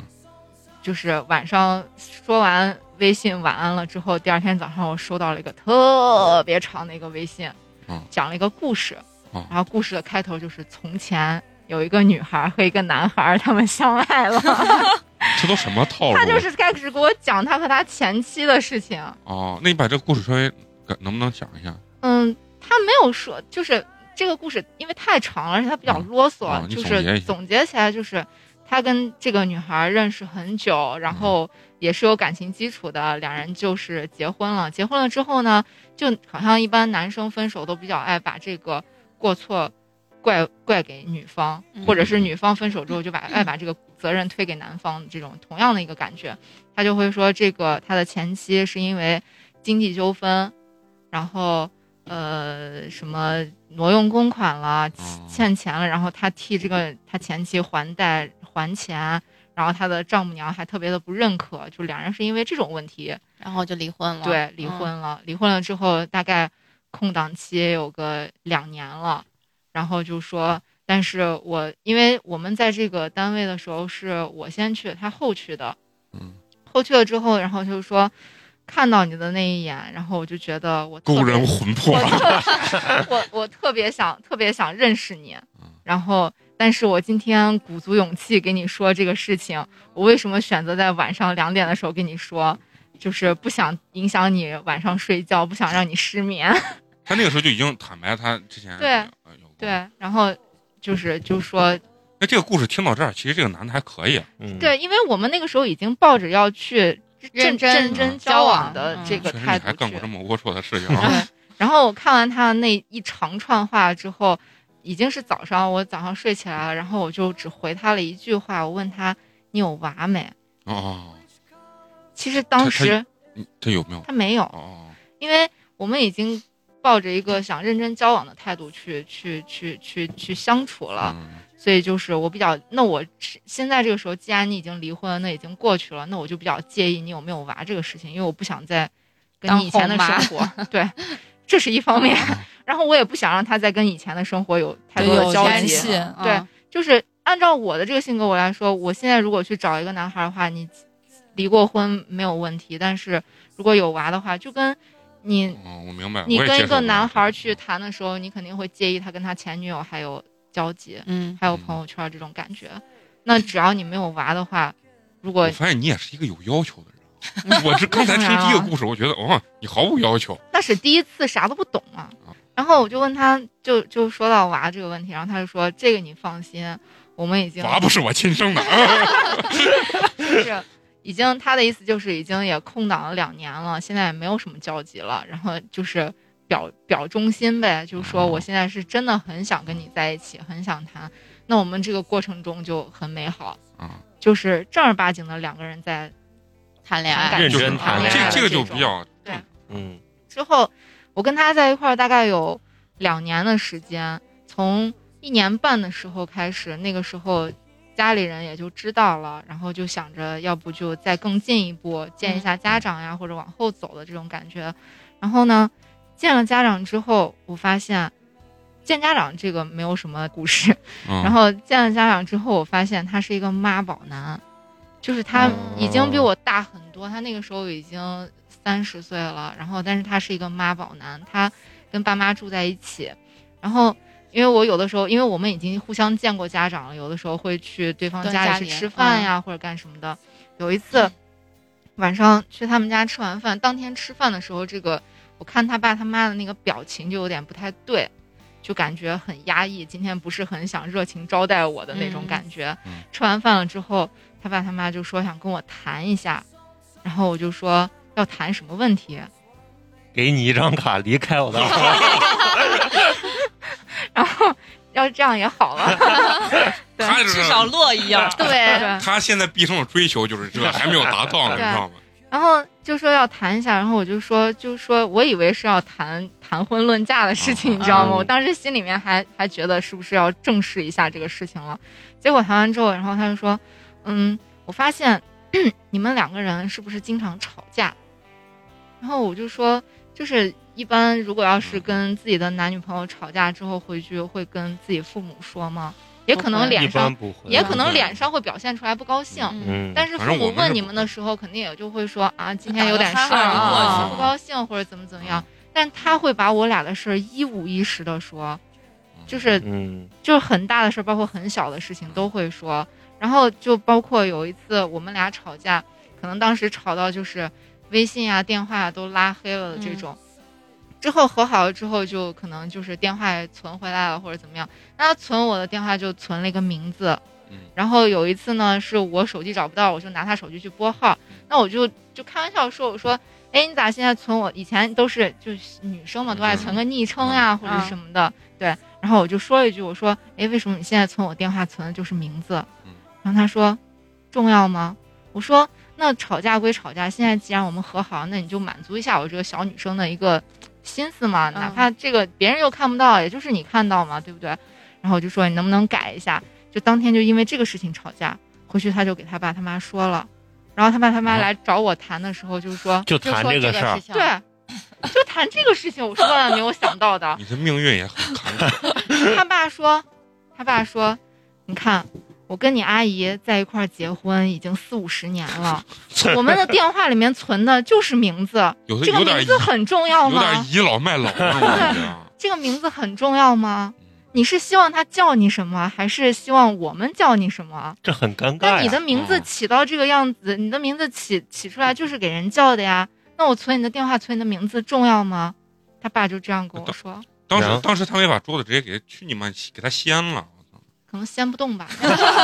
Speaker 5: 就是晚上说完微信晚安了之后，第二天早上我收到了一个特别长的一个微信，
Speaker 2: 嗯
Speaker 5: 讲了一个故事，
Speaker 2: 嗯
Speaker 5: 然后故事的开头就是从前有一个女孩和一个男孩他们相爱了，
Speaker 2: 哦这都什么套路？
Speaker 5: 他就是开始给我讲他和他前妻的事情，
Speaker 2: 哦，那你把这个故事稍微呃能不能讲一下？
Speaker 5: 嗯，他没有说，就是这个故事因为太长了，而且他比较啰嗦，
Speaker 2: 啊你
Speaker 5: 就
Speaker 2: 总结一
Speaker 5: 是
Speaker 2: 下
Speaker 5: 总结起来就是他跟这个女孩认识很久，然后
Speaker 2: 嗯
Speaker 5: 也是有感情基础的，两人就是结婚了。结婚了之后呢，就好像一般男生分手都比较爱把这个过错怪怪给女方，
Speaker 6: 嗯
Speaker 5: 或者是女方分手之后就把爱把这个责任推给男方，这种同样的一个感觉，他就会说这个他的前妻是因为经济纠纷，然后呃什么挪用公款了，
Speaker 2: 嗯
Speaker 5: 欠钱了，然后他替这个他前妻还贷还钱。然后他的丈母娘还特别的不认可，就两人是因为这种问题，
Speaker 6: 然后就离婚了。
Speaker 5: 对，离
Speaker 6: 嗯
Speaker 5: 婚了。离婚了之后，大概空档期也有个两年了，然后就说，但是我因为我们在这个单位的时候是我先去，他后去的，
Speaker 2: 嗯，
Speaker 5: 后去了之后，然后就说看到你的那一眼，然后我就觉得我特
Speaker 2: 勾
Speaker 5: 别
Speaker 2: 人魂魄。
Speaker 5: 我 我特别想特别想认识你，然后但是我今天鼓足勇气给你说这个事情，我为什么选择在晚上两点的时候跟你说，就是不想影响你晚上睡觉，不想让你失眠。
Speaker 2: 他那个时候就已经坦白，他之前
Speaker 5: 对
Speaker 2: 呃有过。
Speaker 5: 对，然后就是就说
Speaker 2: 那这个故事听到这儿，其实这个男的还可以，啊
Speaker 4: 嗯，
Speaker 5: 对，因为我们那个时候已经抱着要去
Speaker 6: 认真
Speaker 5: 认真交往的
Speaker 7: 嗯
Speaker 5: 这
Speaker 2: 确
Speaker 5: 个
Speaker 2: 实你
Speaker 5: 态度
Speaker 2: 还干
Speaker 5: 去
Speaker 2: 过这么龌龊的事情啊！
Speaker 5: 对，然后我看完他那一长串话之后，已经是早上，我早上睡起来了，然后我就只回他了一句话，我问他你有娃没？
Speaker 2: 哦，
Speaker 5: 其实当时
Speaker 2: 嗯他有没有？
Speaker 5: 他没有，
Speaker 2: 哦，
Speaker 5: 因为我们已经抱着一个想认真交往的态度去去去去去相处了，
Speaker 2: 嗯
Speaker 5: 所以就是我比较，那我是现在这个时候，既然你已经离婚，那已经过去了，那我就比较介意你有没有娃这个事情，因为我不想再跟你以前的生 活，对，这是一 方面。然后我也不想让他再跟以前的生活有太
Speaker 7: 对
Speaker 5: 多的
Speaker 7: 有
Speaker 5: 交
Speaker 7: 联
Speaker 5: 集
Speaker 7: 系，
Speaker 5: 对
Speaker 6: 嗯
Speaker 5: 就是按照我的这个性格我来说，我现在如果去找一个男孩的话，你离过婚没有问题，但是如果有娃的话，就跟你
Speaker 2: 哦，我明白。
Speaker 5: 你
Speaker 2: 我也
Speaker 5: 跟
Speaker 2: 接受
Speaker 5: 一
Speaker 2: 不
Speaker 5: 个
Speaker 2: 了
Speaker 5: 男孩去，谈的时候，你肯定会介意他跟他前女友还有交集，
Speaker 6: 嗯，
Speaker 5: 还有朋友圈这种感觉。那只要你没有娃的话，如
Speaker 2: 我
Speaker 5: 果
Speaker 2: 发现你也是一个有要求的 人。啊我是刚才听
Speaker 5: 啊
Speaker 2: 第一个故事，我觉得哦，你毫无要求。
Speaker 5: 那是第一次啥都不懂啊。
Speaker 2: 哦
Speaker 5: 然后我就问他，就就说到娃这个问题，然后他就说这个你放心，我们已经
Speaker 2: 娃不是我亲生的，啊
Speaker 5: 就是已经他的意思就是已经也空档了两年了，现在也没有什么交集了，然后就是表表忠心呗，就是说
Speaker 2: 哦
Speaker 5: 我现在是真的很想跟你在一起，很想谈，那我们这个过程中就很美好，
Speaker 2: 啊
Speaker 5: 就是正儿八经的两个人在
Speaker 6: 谈恋
Speaker 5: 谈
Speaker 6: 爱
Speaker 5: 感
Speaker 4: 认
Speaker 5: 情，
Speaker 2: 就是
Speaker 4: 真谈
Speaker 5: 啊
Speaker 4: 恋爱
Speaker 2: 这这个就
Speaker 5: 这种
Speaker 2: 比较
Speaker 4: 嗯，
Speaker 5: 之后，我跟他在一块儿大概有两年的时间，从一年半的时候开始，那个时候家里人也就知道了，然后就想着要不就再更进一步见一下家长呀，或者往后走的这种感觉。然后呢，见了家长之后，我发现见家长这个没有什么故事，
Speaker 2: 嗯
Speaker 5: 然后见了家长之后，我发现他是一个妈宝男，就是他已经比我大很多，他那个时候已经三十岁了，然后但是他是一个妈宝男，他跟爸妈住在一起，然后因为我有的时候，因为我们已经互相见过家长了，有的时候会去对方
Speaker 6: 蹲
Speaker 5: 家
Speaker 6: 家
Speaker 5: 里
Speaker 6: 里
Speaker 5: 去吃饭呀、或者干什么的。有一次晚上去他们家吃完饭，当天吃饭的时候，这个我看他爸他妈的那个表情就有点不太对，就感觉很压抑，今天不是很想热情招待我的那种感觉。
Speaker 2: 嗯嗯
Speaker 5: 吃完饭了之后，他爸他妈就说想跟我谈一下，然后我就说要谈什么问题，
Speaker 4: 给你一张卡，离开我的话，
Speaker 5: 然后要这样也好啊了，对
Speaker 2: 他就是
Speaker 7: 至少落一样。
Speaker 5: 对
Speaker 6: 哎
Speaker 5: 对。
Speaker 2: 他现在毕生的追求就是这，还没有达 到呢，你知
Speaker 5: 对
Speaker 2: 道吗？
Speaker 5: 然后就说要谈一下，然后我就说，就说我以为是要谈谈婚论嫁的事情，你知道吗？
Speaker 4: 嗯
Speaker 5: 我当时心里面还还觉得是不是要正视一下这个事情了。结果谈完之后，然后他就说，嗯，我发现 你们两个人是不是经常吵架？然后我就说，就是一般如果要
Speaker 4: 嗯
Speaker 5: 是跟自己的男女朋友吵架之后回去会跟自己父母说吗？也可能
Speaker 6: 不会
Speaker 4: 一
Speaker 5: 脸
Speaker 4: 般
Speaker 5: 上，
Speaker 4: 不会，
Speaker 5: 也可能脸上会表现出来不高兴。
Speaker 6: 嗯
Speaker 4: 嗯，
Speaker 5: 但是
Speaker 2: 反
Speaker 5: 父
Speaker 2: 正我
Speaker 5: 母
Speaker 2: 们是
Speaker 5: 问
Speaker 2: 不
Speaker 5: 你们的时候，肯定也就会说啊，今天
Speaker 7: 打
Speaker 5: 有
Speaker 7: 个
Speaker 5: 点
Speaker 7: 哈
Speaker 5: 事儿
Speaker 7: 哈
Speaker 5: 啊，
Speaker 2: 过去
Speaker 5: 不高兴或者怎么怎么样。但他会把我俩的事儿一五一十的说，就是
Speaker 4: 嗯
Speaker 5: 就是很大的事儿，包括很小的事情都会说。然后就包括有一次我们俩吵架，可能当时吵到就是微信啊、电话啊都拉黑了的这种。之后和好了之后，就可能就是电话也存回来了或者怎么样。那他存我的电话就存了一个名字，
Speaker 2: 嗯
Speaker 5: 然后有一次呢是我手机找不到，我就拿他手机去拨号，那我就就开玩笑说我说。哎，你咋现在存我？以前都是就是女生嘛，都爱存个昵称呀、
Speaker 2: 嗯
Speaker 5: 或者是什么的。然后我就说了一句，我说，哎，为什么你现在存我电话存的就是名字
Speaker 2: 嗯？
Speaker 5: 然后他说，重要吗？我说，那吵架归吵架，现在既然我们和好，那你就满足一下我这个小女生的一个心思嘛，
Speaker 6: 嗯
Speaker 5: 哪怕这个别人又看不到，也就是你看到嘛，对不对？然后我就说，你能不能改一下？就当天就因为这个事情吵架，回去他就给他爸他妈说了，然后他爸他妈
Speaker 2: 啊
Speaker 5: 来找我谈的时候就说，
Speaker 4: 就
Speaker 6: 就
Speaker 4: 谈
Speaker 6: 说
Speaker 4: 个
Speaker 6: 个
Speaker 4: 事儿
Speaker 6: 事，情，
Speaker 5: 对，就谈这个事情，我是万万没有想到的。
Speaker 2: 你这命运也很坎坷。
Speaker 5: 他爸说，他爸说，你看，我跟你阿姨在一块儿结婚已经四五十年 了，我们的电话里面存的就是名字，
Speaker 2: 有的
Speaker 5: 这个
Speaker 2: 有点
Speaker 5: 名字很重要
Speaker 2: 有点
Speaker 5: 吗？
Speaker 2: 倚老卖老了，我觉得。
Speaker 5: 这个名字很重要吗？你是希望他叫你什么，还是希望我们叫你什么？
Speaker 4: 这很尴尬呀。
Speaker 5: 那你的名字
Speaker 2: 嗯
Speaker 5: 起到这个样子，你的名字起起出来就是给人叫的呀。那我存你的电话，存你的名字重要吗？他爸就这样跟我说，
Speaker 2: 当
Speaker 4: 然后
Speaker 2: 时当时他没把桌子直接给去你妈给他掀了，
Speaker 5: 可能掀不动吧。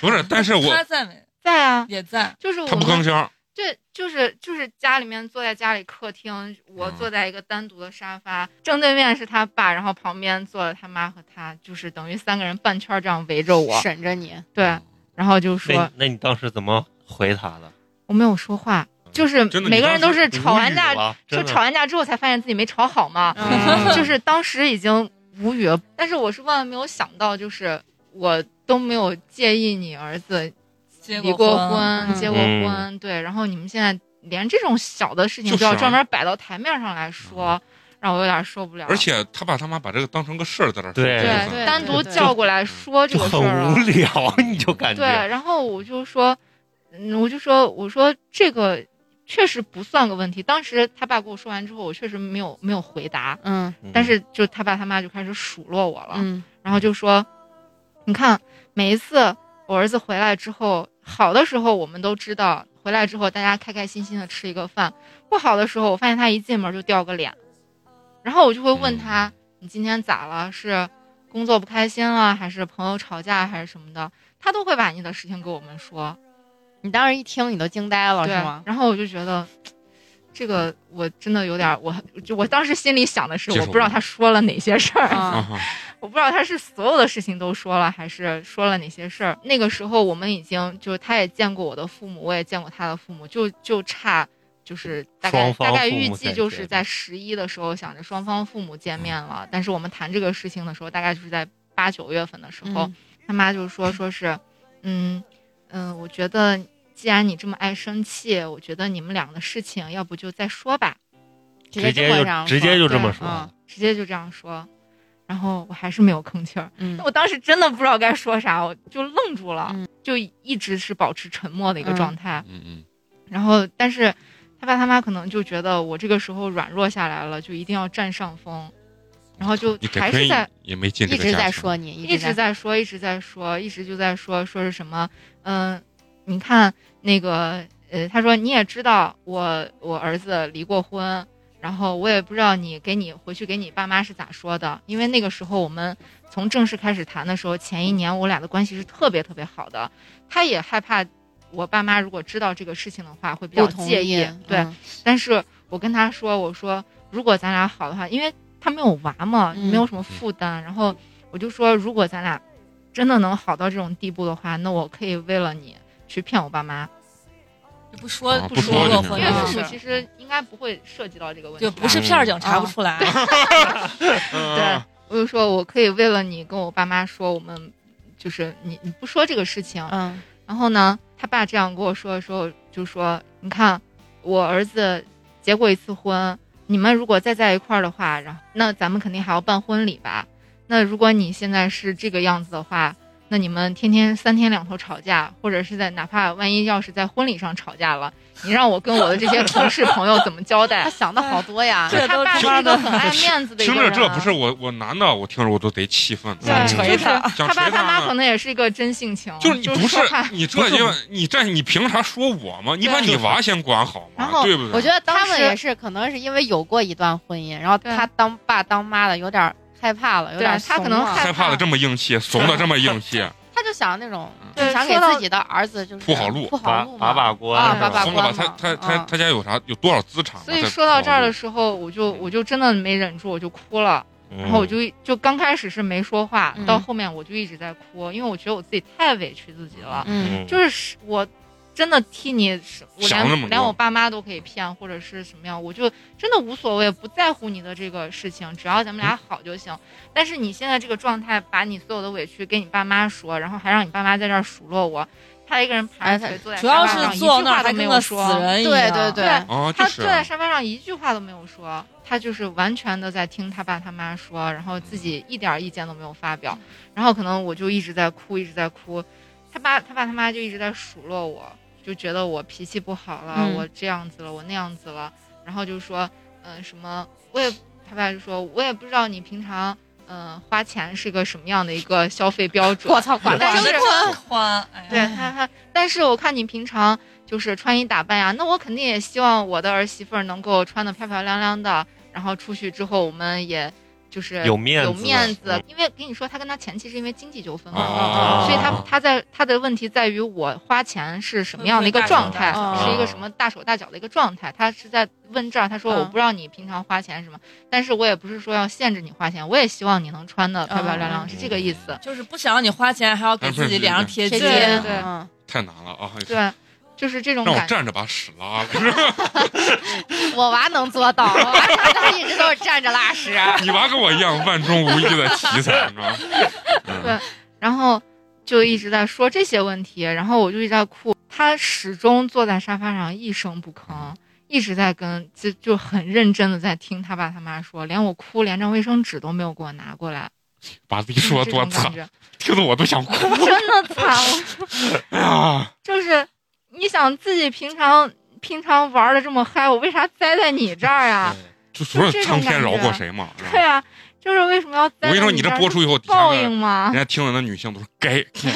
Speaker 2: 不是，但是我
Speaker 7: 他在没？
Speaker 5: 在啊，
Speaker 7: 也在，
Speaker 5: 就是我
Speaker 2: 他不吭
Speaker 5: 们
Speaker 2: 声儿，
Speaker 5: 对，就是就是家里面坐在家里客厅，我
Speaker 2: 嗯
Speaker 5: 坐在一个单独的沙发，正对面是他爸，然后旁边坐了他妈和他，就是等于三个人半圈这样围着我。
Speaker 6: 审着你，
Speaker 2: 嗯
Speaker 5: 对，然后就说
Speaker 4: 那那你当时怎么回他的？
Speaker 5: 我没有说话，就是
Speaker 2: 嗯真的
Speaker 5: 每个人都是
Speaker 2: 你当时
Speaker 5: 吵完
Speaker 2: 无语
Speaker 5: 架
Speaker 4: 了
Speaker 5: 就
Speaker 4: 真的
Speaker 5: 吵完架之后才发现自己没吵好嘛，
Speaker 2: 嗯
Speaker 5: 就是当时已经无语了。但是我是万万没有想到，就是我都没有介意你儿子
Speaker 7: 结
Speaker 5: 离过
Speaker 7: 婚，
Speaker 5: 婚、
Speaker 6: 嗯
Speaker 5: 结过婚，对，然后你们现在连这种小的事情
Speaker 2: 就
Speaker 5: 都要
Speaker 2: 是啊
Speaker 5: 专门摆到台面上来说，让我有点受不了。
Speaker 2: 而且他爸他妈把这个当成个事儿在这儿说，
Speaker 4: 对
Speaker 2: 这个
Speaker 5: 对
Speaker 2: 事儿
Speaker 6: 对
Speaker 5: 单独叫过来说这
Speaker 4: 就
Speaker 5: 个事
Speaker 4: 很
Speaker 5: 儿
Speaker 4: 无
Speaker 5: 了，
Speaker 4: 聊， 你就感
Speaker 5: 对，
Speaker 4: 觉
Speaker 5: 然后我就说，嗯，我就说，我说这个确实不算个问题。当时他爸跟我说完之后，我确实没有没有回答，
Speaker 6: 嗯
Speaker 4: 嗯
Speaker 5: 但是就他爸他妈就开始数落我了，
Speaker 6: 嗯
Speaker 5: 然后就说，你看每一次我儿子回来之后，好的时候我们都知道回来之后大家开开心心的吃一个饭，不好的时候我发现他一进门就掉个脸，然后我就会问他、你今天咋了？是工作不开心了，还是朋友吵架，还是什么的？他都会把你的事情给我们说，
Speaker 6: 你当时一听你都惊呆了
Speaker 5: 对
Speaker 6: 哦是吗？
Speaker 5: 然后我就觉得。这个我真的有点儿，我就我当时心里想的是，
Speaker 2: 接受
Speaker 5: 我不知道
Speaker 2: 不了
Speaker 5: 他说了哪些事儿，
Speaker 2: 啊
Speaker 6: 啊，
Speaker 2: 哈，
Speaker 5: 我不知道他是所有的事情都说了，还是说了哪些事儿。那个时候我们已经就是他也见过我的父母，我也见过他的父母，就就差就是大概
Speaker 4: 双方
Speaker 5: 大概
Speaker 4: 父
Speaker 5: 预
Speaker 4: 母
Speaker 5: 计
Speaker 4: 再见嗯
Speaker 5: 就是在十一的时候想着双方父母见面了，但是我们谈这个事情的时候，大概就是在八九月份的时候，
Speaker 6: 嗯
Speaker 5: 他妈就说说是，嗯嗯、我觉得既然你这么爱生气，我觉得你们俩的事情要不就再说吧。
Speaker 4: 直接
Speaker 6: 这么
Speaker 4: 就
Speaker 6: 上
Speaker 4: 直接就这么
Speaker 6: 对嗯
Speaker 4: 说，
Speaker 5: 直接就这样说，然后我还是没有吭气儿。
Speaker 6: 嗯
Speaker 5: 我当时真的不知道该说啥，我就愣住了，
Speaker 6: 嗯
Speaker 5: 就一直是保持沉默的一个
Speaker 6: 嗯
Speaker 5: 状态。
Speaker 2: 嗯嗯，
Speaker 5: 然后，但是他爸他妈可能就觉得我这个时候软弱下来了，就一定要占上风，然后就
Speaker 2: 你给
Speaker 5: 还是
Speaker 2: 亏
Speaker 5: 在
Speaker 2: 也没进这
Speaker 6: 一
Speaker 2: 个
Speaker 6: 直
Speaker 2: 家
Speaker 6: 在
Speaker 2: 庭
Speaker 6: 说你，
Speaker 5: 一直在说，一直在说，一直就在说，说是什么？嗯，你看那个，呃，他说你也知道我我儿子离过婚，然后我也不知道你给你回去给你爸妈是咋说的，因为那个时候我们从正式开始谈的时候，前一年我俩的关系是特别特别好的，他也害怕我爸妈如果知道这个事情的话会比较
Speaker 6: 不同
Speaker 5: 介
Speaker 6: 意
Speaker 5: 意，，对，
Speaker 6: 嗯
Speaker 5: 但是我跟他说，我说如果咱俩好的话，因为他没有娃嘛，
Speaker 6: 嗯
Speaker 5: 没有什么负担，然后我就说，如果咱俩真的能好到这种地步的话，那我可以为了你去骗我爸妈，
Speaker 7: 就不说
Speaker 2: 啊不
Speaker 7: 说
Speaker 2: 说
Speaker 7: 过
Speaker 2: 就
Speaker 7: 婚
Speaker 2: 行
Speaker 5: 因为
Speaker 2: 嗯
Speaker 5: 父
Speaker 7: 了，啊
Speaker 5: 母
Speaker 6: 是
Speaker 5: 其实应该不会涉及到这个问题
Speaker 7: 就
Speaker 5: 吧，
Speaker 7: 不是片儿警查不
Speaker 6: 嗯
Speaker 7: 出来。
Speaker 5: 对，我就说我可以为了你跟我爸妈说，我们就是你你不说这个事情，
Speaker 6: 嗯
Speaker 5: 然后呢，他爸这样跟我说的时候，就说：“你看，我儿子结过一次婚，你们如果再在一块儿的话，然后那咱们肯定还要办婚礼吧？那如果你现在是这个样子的话，那你们天天三天两头吵架，或者是在哪怕万一要是在婚礼上吵架了，你让我跟我的这些同事朋友怎么交
Speaker 6: 他
Speaker 5: 代？”
Speaker 6: 想的好 多呀，
Speaker 5: 就
Speaker 7: 这
Speaker 5: 他
Speaker 7: 都
Speaker 5: 爸是一个很爱面子的一
Speaker 2: 听
Speaker 5: 个人
Speaker 2: 着
Speaker 5: 啊，
Speaker 2: 这不是我我男的，我听着我都得气愤，
Speaker 5: 对
Speaker 2: 嗯
Speaker 7: 想
Speaker 5: 就
Speaker 7: 锤
Speaker 5: 是
Speaker 7: 他
Speaker 2: 想
Speaker 5: 他爸
Speaker 2: 锤
Speaker 5: 他妈
Speaker 2: 呢
Speaker 5: 可能也是一个真性情，
Speaker 2: 就是你不是
Speaker 5: 说话
Speaker 2: 你这就你这你凭啥说我吗？你把你娃先管好
Speaker 6: 然
Speaker 2: 嘛，
Speaker 6: 后
Speaker 2: 对不对？
Speaker 6: 我觉得他
Speaker 5: 当
Speaker 6: 们
Speaker 5: 时
Speaker 6: 也是，可能是因为有过一段婚姻，然后
Speaker 5: 对
Speaker 6: 他当爸当妈的有点儿害怕了，有点儿
Speaker 5: 对他可
Speaker 6: 怂
Speaker 5: 能
Speaker 6: 了
Speaker 5: 害
Speaker 2: 害怕的这么硬气，怂的这么硬气，
Speaker 6: 他就想那种
Speaker 2: 嗯，
Speaker 6: 就
Speaker 5: 对
Speaker 6: 想给
Speaker 5: 说到
Speaker 6: 自己的儿子就是
Speaker 2: 铺好路
Speaker 6: 铺好
Speaker 4: 把
Speaker 6: 路嘛，
Speaker 4: 把把关
Speaker 6: 啊
Speaker 4: 是
Speaker 6: 把
Speaker 4: 吧
Speaker 6: 把
Speaker 2: 疯了吧？
Speaker 6: 关
Speaker 2: 他
Speaker 6: 嘛
Speaker 2: 他他
Speaker 6: 嗯
Speaker 2: 他家有啥有多少资产嘛？
Speaker 5: 所以
Speaker 2: 啊在
Speaker 5: 说到这儿的
Speaker 2: 跑路
Speaker 5: 时候，我就我就真的没忍住，我就哭了。然
Speaker 2: 嗯
Speaker 5: 后我就就刚开始是没说话
Speaker 6: 嗯，
Speaker 5: 到后面我就一直在哭，因为我觉得我自己太委屈自己了。
Speaker 6: 嗯，
Speaker 4: 嗯
Speaker 5: 就是是我真的替你是，我
Speaker 2: 想那么
Speaker 5: 连
Speaker 2: 多
Speaker 5: 连我爸妈都可以骗，或者是什么样，我就真的无所谓，不在乎你的这个事情，只要咱
Speaker 2: 嗯
Speaker 5: 们俩好就行。但是你现在这个状态，把你所有的委屈给你爸妈说，然后还让你爸妈在这儿数落我，他一个人盘着腿坐 在
Speaker 7: 哎主
Speaker 5: 沙
Speaker 7: 要
Speaker 5: 发上，
Speaker 7: 是
Speaker 5: 一
Speaker 7: 坐
Speaker 5: 句
Speaker 7: 那
Speaker 5: 话
Speaker 7: 儿
Speaker 5: 都
Speaker 7: 还
Speaker 5: 没
Speaker 7: 跟
Speaker 5: 有
Speaker 7: 个死
Speaker 5: 说。
Speaker 7: 人一样。
Speaker 6: 嗯对对对
Speaker 2: 哦，就
Speaker 5: 他
Speaker 2: 是
Speaker 5: 坐在沙发上一句话都没有说，他就是完全的在听他爸他妈说，然后自己一点儿意见都没有发表，然后可能我就一直在哭，一直在哭，他爸他爸他妈就一直在数落我，就觉得我脾气不好了，
Speaker 6: 嗯
Speaker 5: 我这样子了，我那样子了，然后就说，嗯、什么我也他爸就说我也不知道你平常嗯、呃花钱是个什么样的一个消费标准，
Speaker 6: 我操，管
Speaker 5: 但
Speaker 6: 的
Speaker 7: 管
Speaker 5: 是
Speaker 7: 得真宽，哎呀
Speaker 5: 对他他，但是我看你平常就是穿衣打扮呀，那我肯定也希望我的儿媳妇儿能够穿的漂漂亮亮的，然后出去之后我们也就是
Speaker 4: 有面子
Speaker 5: 有面子
Speaker 4: 嗯，
Speaker 5: 因为跟你说，她跟她前妻是因为经济纠纷嘛，
Speaker 2: 啊，
Speaker 5: 所以她
Speaker 4: 哦
Speaker 5: 她在她的问题在于我花钱是什么样的一个状态，
Speaker 6: 会不会嗯大手大脚
Speaker 5: 是
Speaker 4: 啊
Speaker 5: 一个什么大手大脚的一个状态，她是在问这儿，她说
Speaker 6: 嗯
Speaker 5: 我不知道你平常花钱什么，但是我也不是说要限制你花钱，我也希望你能穿的漂漂亮
Speaker 6: 啊
Speaker 5: 亮，是这个意思。
Speaker 7: 就是不想让你花钱，还要
Speaker 2: 啊
Speaker 7: 给自己脸上贴
Speaker 5: 对
Speaker 7: 金。
Speaker 5: 贴金对
Speaker 6: 嗯，
Speaker 2: 太难了啊！
Speaker 5: 对，就是这种
Speaker 2: 让
Speaker 5: 感
Speaker 2: 我
Speaker 5: 觉。
Speaker 2: 站着把屎拉了，
Speaker 6: 我娃能做到，我娃现在一直都是站着 拉屎。
Speaker 2: 你娃跟我一样万中无一的奇才，你知道吗？嗯
Speaker 5: 然后就一直在说这些问题，然后我就一直在哭。他始终坐在沙发上一声不吭，一直在跟就就很认真的在听他爸他妈说，连我哭连张卫生纸都没有给我拿过来，
Speaker 2: 把自己
Speaker 5: 就是
Speaker 2: 说
Speaker 5: 这
Speaker 2: 得多
Speaker 5: 种
Speaker 2: 惨
Speaker 5: 感，觉，
Speaker 2: 听得我都想哭。
Speaker 5: 真的惨。我
Speaker 2: 哎呀，
Speaker 5: 就是你想自己平常平常玩的这么嗨，我为啥栽在你这儿啊？
Speaker 2: 就所有
Speaker 5: 就这
Speaker 2: 苍
Speaker 5: 种
Speaker 2: 天
Speaker 5: 感
Speaker 2: 饶
Speaker 5: 觉
Speaker 2: 过谁嘛？是吧
Speaker 5: 对啊，就是为什么要
Speaker 2: 我跟
Speaker 5: 栽
Speaker 2: 你
Speaker 5: 在
Speaker 2: 说，你
Speaker 5: 这
Speaker 2: 这
Speaker 5: 儿？
Speaker 2: 播出以后，底
Speaker 5: 是
Speaker 2: 下
Speaker 5: 报
Speaker 2: 的
Speaker 5: 应吗
Speaker 2: 人？家听了的女性都说该，哭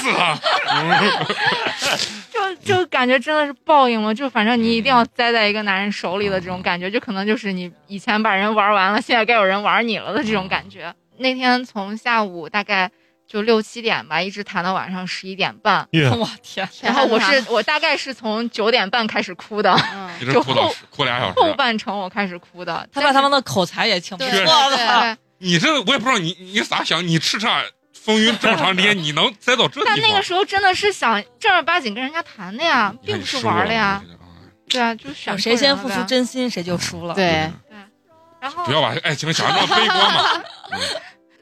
Speaker 2: 死他！ 嗯
Speaker 5: 就就感觉真的是报应嘛，就反正你一
Speaker 7: 嗯
Speaker 5: 定要栽在一个男人手里的这种感觉，就可能就是你以前把人玩完了，现在该有人玩你了的这种感
Speaker 7: 嗯
Speaker 5: 觉。那天从下午大概就六七点吧，一直谈到晚上十一点半，
Speaker 7: 我天，
Speaker 5: 然后我是我大概是从九点半开始哭
Speaker 7: 哎
Speaker 5: 的，
Speaker 2: 一
Speaker 6: 嗯，
Speaker 2: 直
Speaker 5: 就
Speaker 2: 哭到
Speaker 5: 后
Speaker 2: 哭俩小
Speaker 5: 后
Speaker 2: 时。
Speaker 5: 半程我开始哭的。
Speaker 7: 他把他们的口才也挺不
Speaker 6: 对
Speaker 2: 确实
Speaker 7: 错的。
Speaker 5: 对，
Speaker 2: 你这我也不知道你你咋想，你叱咤风云这么长时间，你能栽到这
Speaker 5: 但
Speaker 2: 地啊
Speaker 5: 那个
Speaker 2: 方？
Speaker 5: 时候真的是想正儿八经跟人家谈的
Speaker 7: 哎
Speaker 5: 呀，并不是玩的呀。
Speaker 2: 你看你输了。
Speaker 5: 对啊，就选
Speaker 7: 谁
Speaker 5: 错人
Speaker 7: 先
Speaker 5: 了
Speaker 7: 付
Speaker 5: 呗
Speaker 7: 出真心，谁就输了。
Speaker 6: 对，
Speaker 5: 然后
Speaker 2: 不要把爱情想得那么悲观 嘛。嗯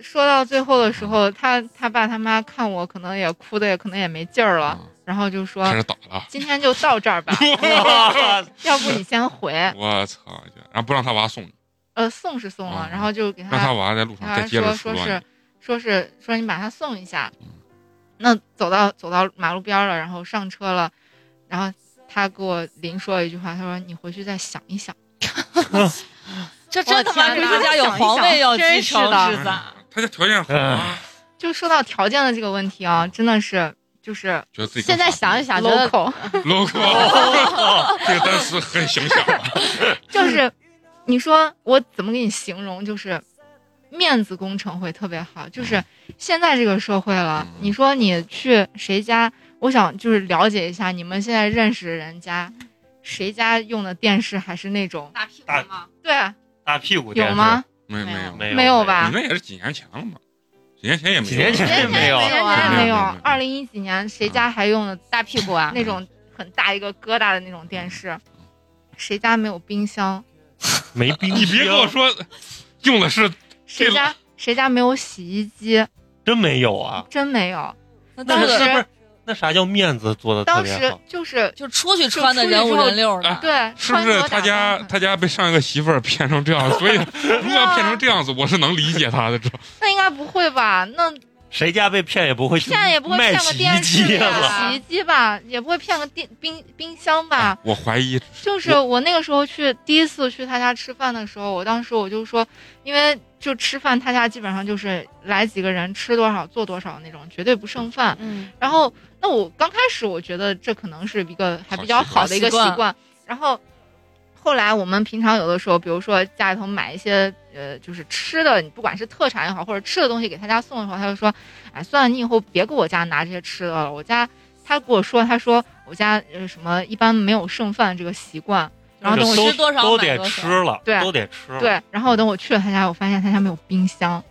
Speaker 5: 说到最后的时候，他他爸他妈看我可能也哭的也可能也没劲儿了，
Speaker 2: 嗯
Speaker 5: 然后就
Speaker 2: 开
Speaker 5: 说
Speaker 2: 始打了，
Speaker 5: 今天就到这儿 吧，
Speaker 4: 嗯
Speaker 5: 要不你先回。
Speaker 2: 我操！然后不让他娃送你，
Speaker 5: 呃，送是送了，
Speaker 2: 嗯
Speaker 5: 然后就给
Speaker 2: 让他
Speaker 5: 他，
Speaker 2: 娃在路上
Speaker 5: 然后
Speaker 2: 再接
Speaker 5: 说
Speaker 2: 着数
Speaker 5: 哎说
Speaker 2: 落你嗯
Speaker 5: 是。说是说你把他送一下。那走到走到马路边儿了，然后上车了，然后他给我临说了一句话，他说你回去再想一想。
Speaker 7: 这真他妈
Speaker 5: 我
Speaker 7: 是
Speaker 5: 天哪
Speaker 7: 人家有皇位要继承
Speaker 5: 真嗯
Speaker 7: 是咋？
Speaker 2: 他家条件好啊，
Speaker 4: 嗯
Speaker 5: 就说到条件的这个问题啊，真的是就是
Speaker 2: 觉得自己
Speaker 6: 现在想一想，觉得
Speaker 5: local，
Speaker 2: local 这个单词很形象。啊
Speaker 5: 就是你说我怎么给你形容？就是面子工程会特别好。就是现在这个社会了
Speaker 2: 嗯，
Speaker 5: 你说你去谁家，我想就是了解一下你们现在认识人家，谁家用的电视还是那种
Speaker 6: 大屁
Speaker 4: 大
Speaker 6: 吗？
Speaker 5: 对啊
Speaker 4: 大屁股电视
Speaker 5: 有吗？？
Speaker 2: 没没有
Speaker 4: 没有
Speaker 5: 没有吧
Speaker 2: 你那也是几年前了嘛？几年前也没有，
Speaker 4: 几年前
Speaker 6: 也
Speaker 5: 前
Speaker 6: 没有
Speaker 5: 几年前也没有
Speaker 2: 没有没有，
Speaker 5: 二零一几年谁家还用的
Speaker 6: 大屁股啊！
Speaker 5: 那种很大一个疙瘩的那种电视？谁家没有冰箱？
Speaker 4: 没冰箱，
Speaker 2: 你别跟我 说用的是
Speaker 5: 谁家谁家没有洗衣机？
Speaker 4: 真没有啊！
Speaker 5: 真没有。
Speaker 7: 那
Speaker 4: 那
Speaker 7: 当
Speaker 4: 是
Speaker 5: 当
Speaker 4: 那
Speaker 7: 时
Speaker 5: 时
Speaker 4: 不是那啥叫面子做的特
Speaker 5: 当
Speaker 4: 别
Speaker 5: 时
Speaker 4: 好？
Speaker 5: 就是
Speaker 7: 就出去穿的人五人六的，
Speaker 5: 对，
Speaker 2: 是不
Speaker 5: 穿着
Speaker 2: 是他
Speaker 5: 打扮
Speaker 2: 家
Speaker 5: 很
Speaker 2: 他家被上一个媳妇儿骗成这样，所以如果要骗成这样子，我是能理解他的。这
Speaker 5: 那应该不会吧？那
Speaker 4: 谁家被骗也不会去
Speaker 5: 骗也不会
Speaker 4: 卖
Speaker 5: 骗个
Speaker 4: 洗
Speaker 5: 电
Speaker 4: 衣
Speaker 5: 视啊
Speaker 4: 机
Speaker 5: 吧、
Speaker 4: 了。
Speaker 5: 洗衣机吧，也不会骗个电冰冰箱吧？
Speaker 2: 哎我怀疑
Speaker 5: 就是我那个时候去第一次去他家吃饭的时候，我当时我就说，因为就吃饭他家基本上就是来几个人吃多少做多少那种，绝对不剩饭。
Speaker 6: 嗯，
Speaker 5: 然后那我刚开始我觉得这可能是一个还比较好的一个习
Speaker 7: 好
Speaker 5: 惯，
Speaker 7: 习
Speaker 5: 然后后来我们平常有的时候，比如说家里头买一些呃就是吃的，你不管是特产也好，或者吃的东西给他家送的时候，他就说，哎，算了，你以后别给我家拿这些吃的了，我家他跟我说，他说我家呃什么一般没有剩饭这个习惯， 然后
Speaker 4: 就
Speaker 7: 等我
Speaker 4: 都
Speaker 7: 吃多少
Speaker 4: 都
Speaker 7: 买
Speaker 4: 得
Speaker 7: 多少
Speaker 4: 吃了，
Speaker 5: 对
Speaker 4: 都得吃了。
Speaker 5: 对，然后等我去了他家，我发现他家没有冰箱，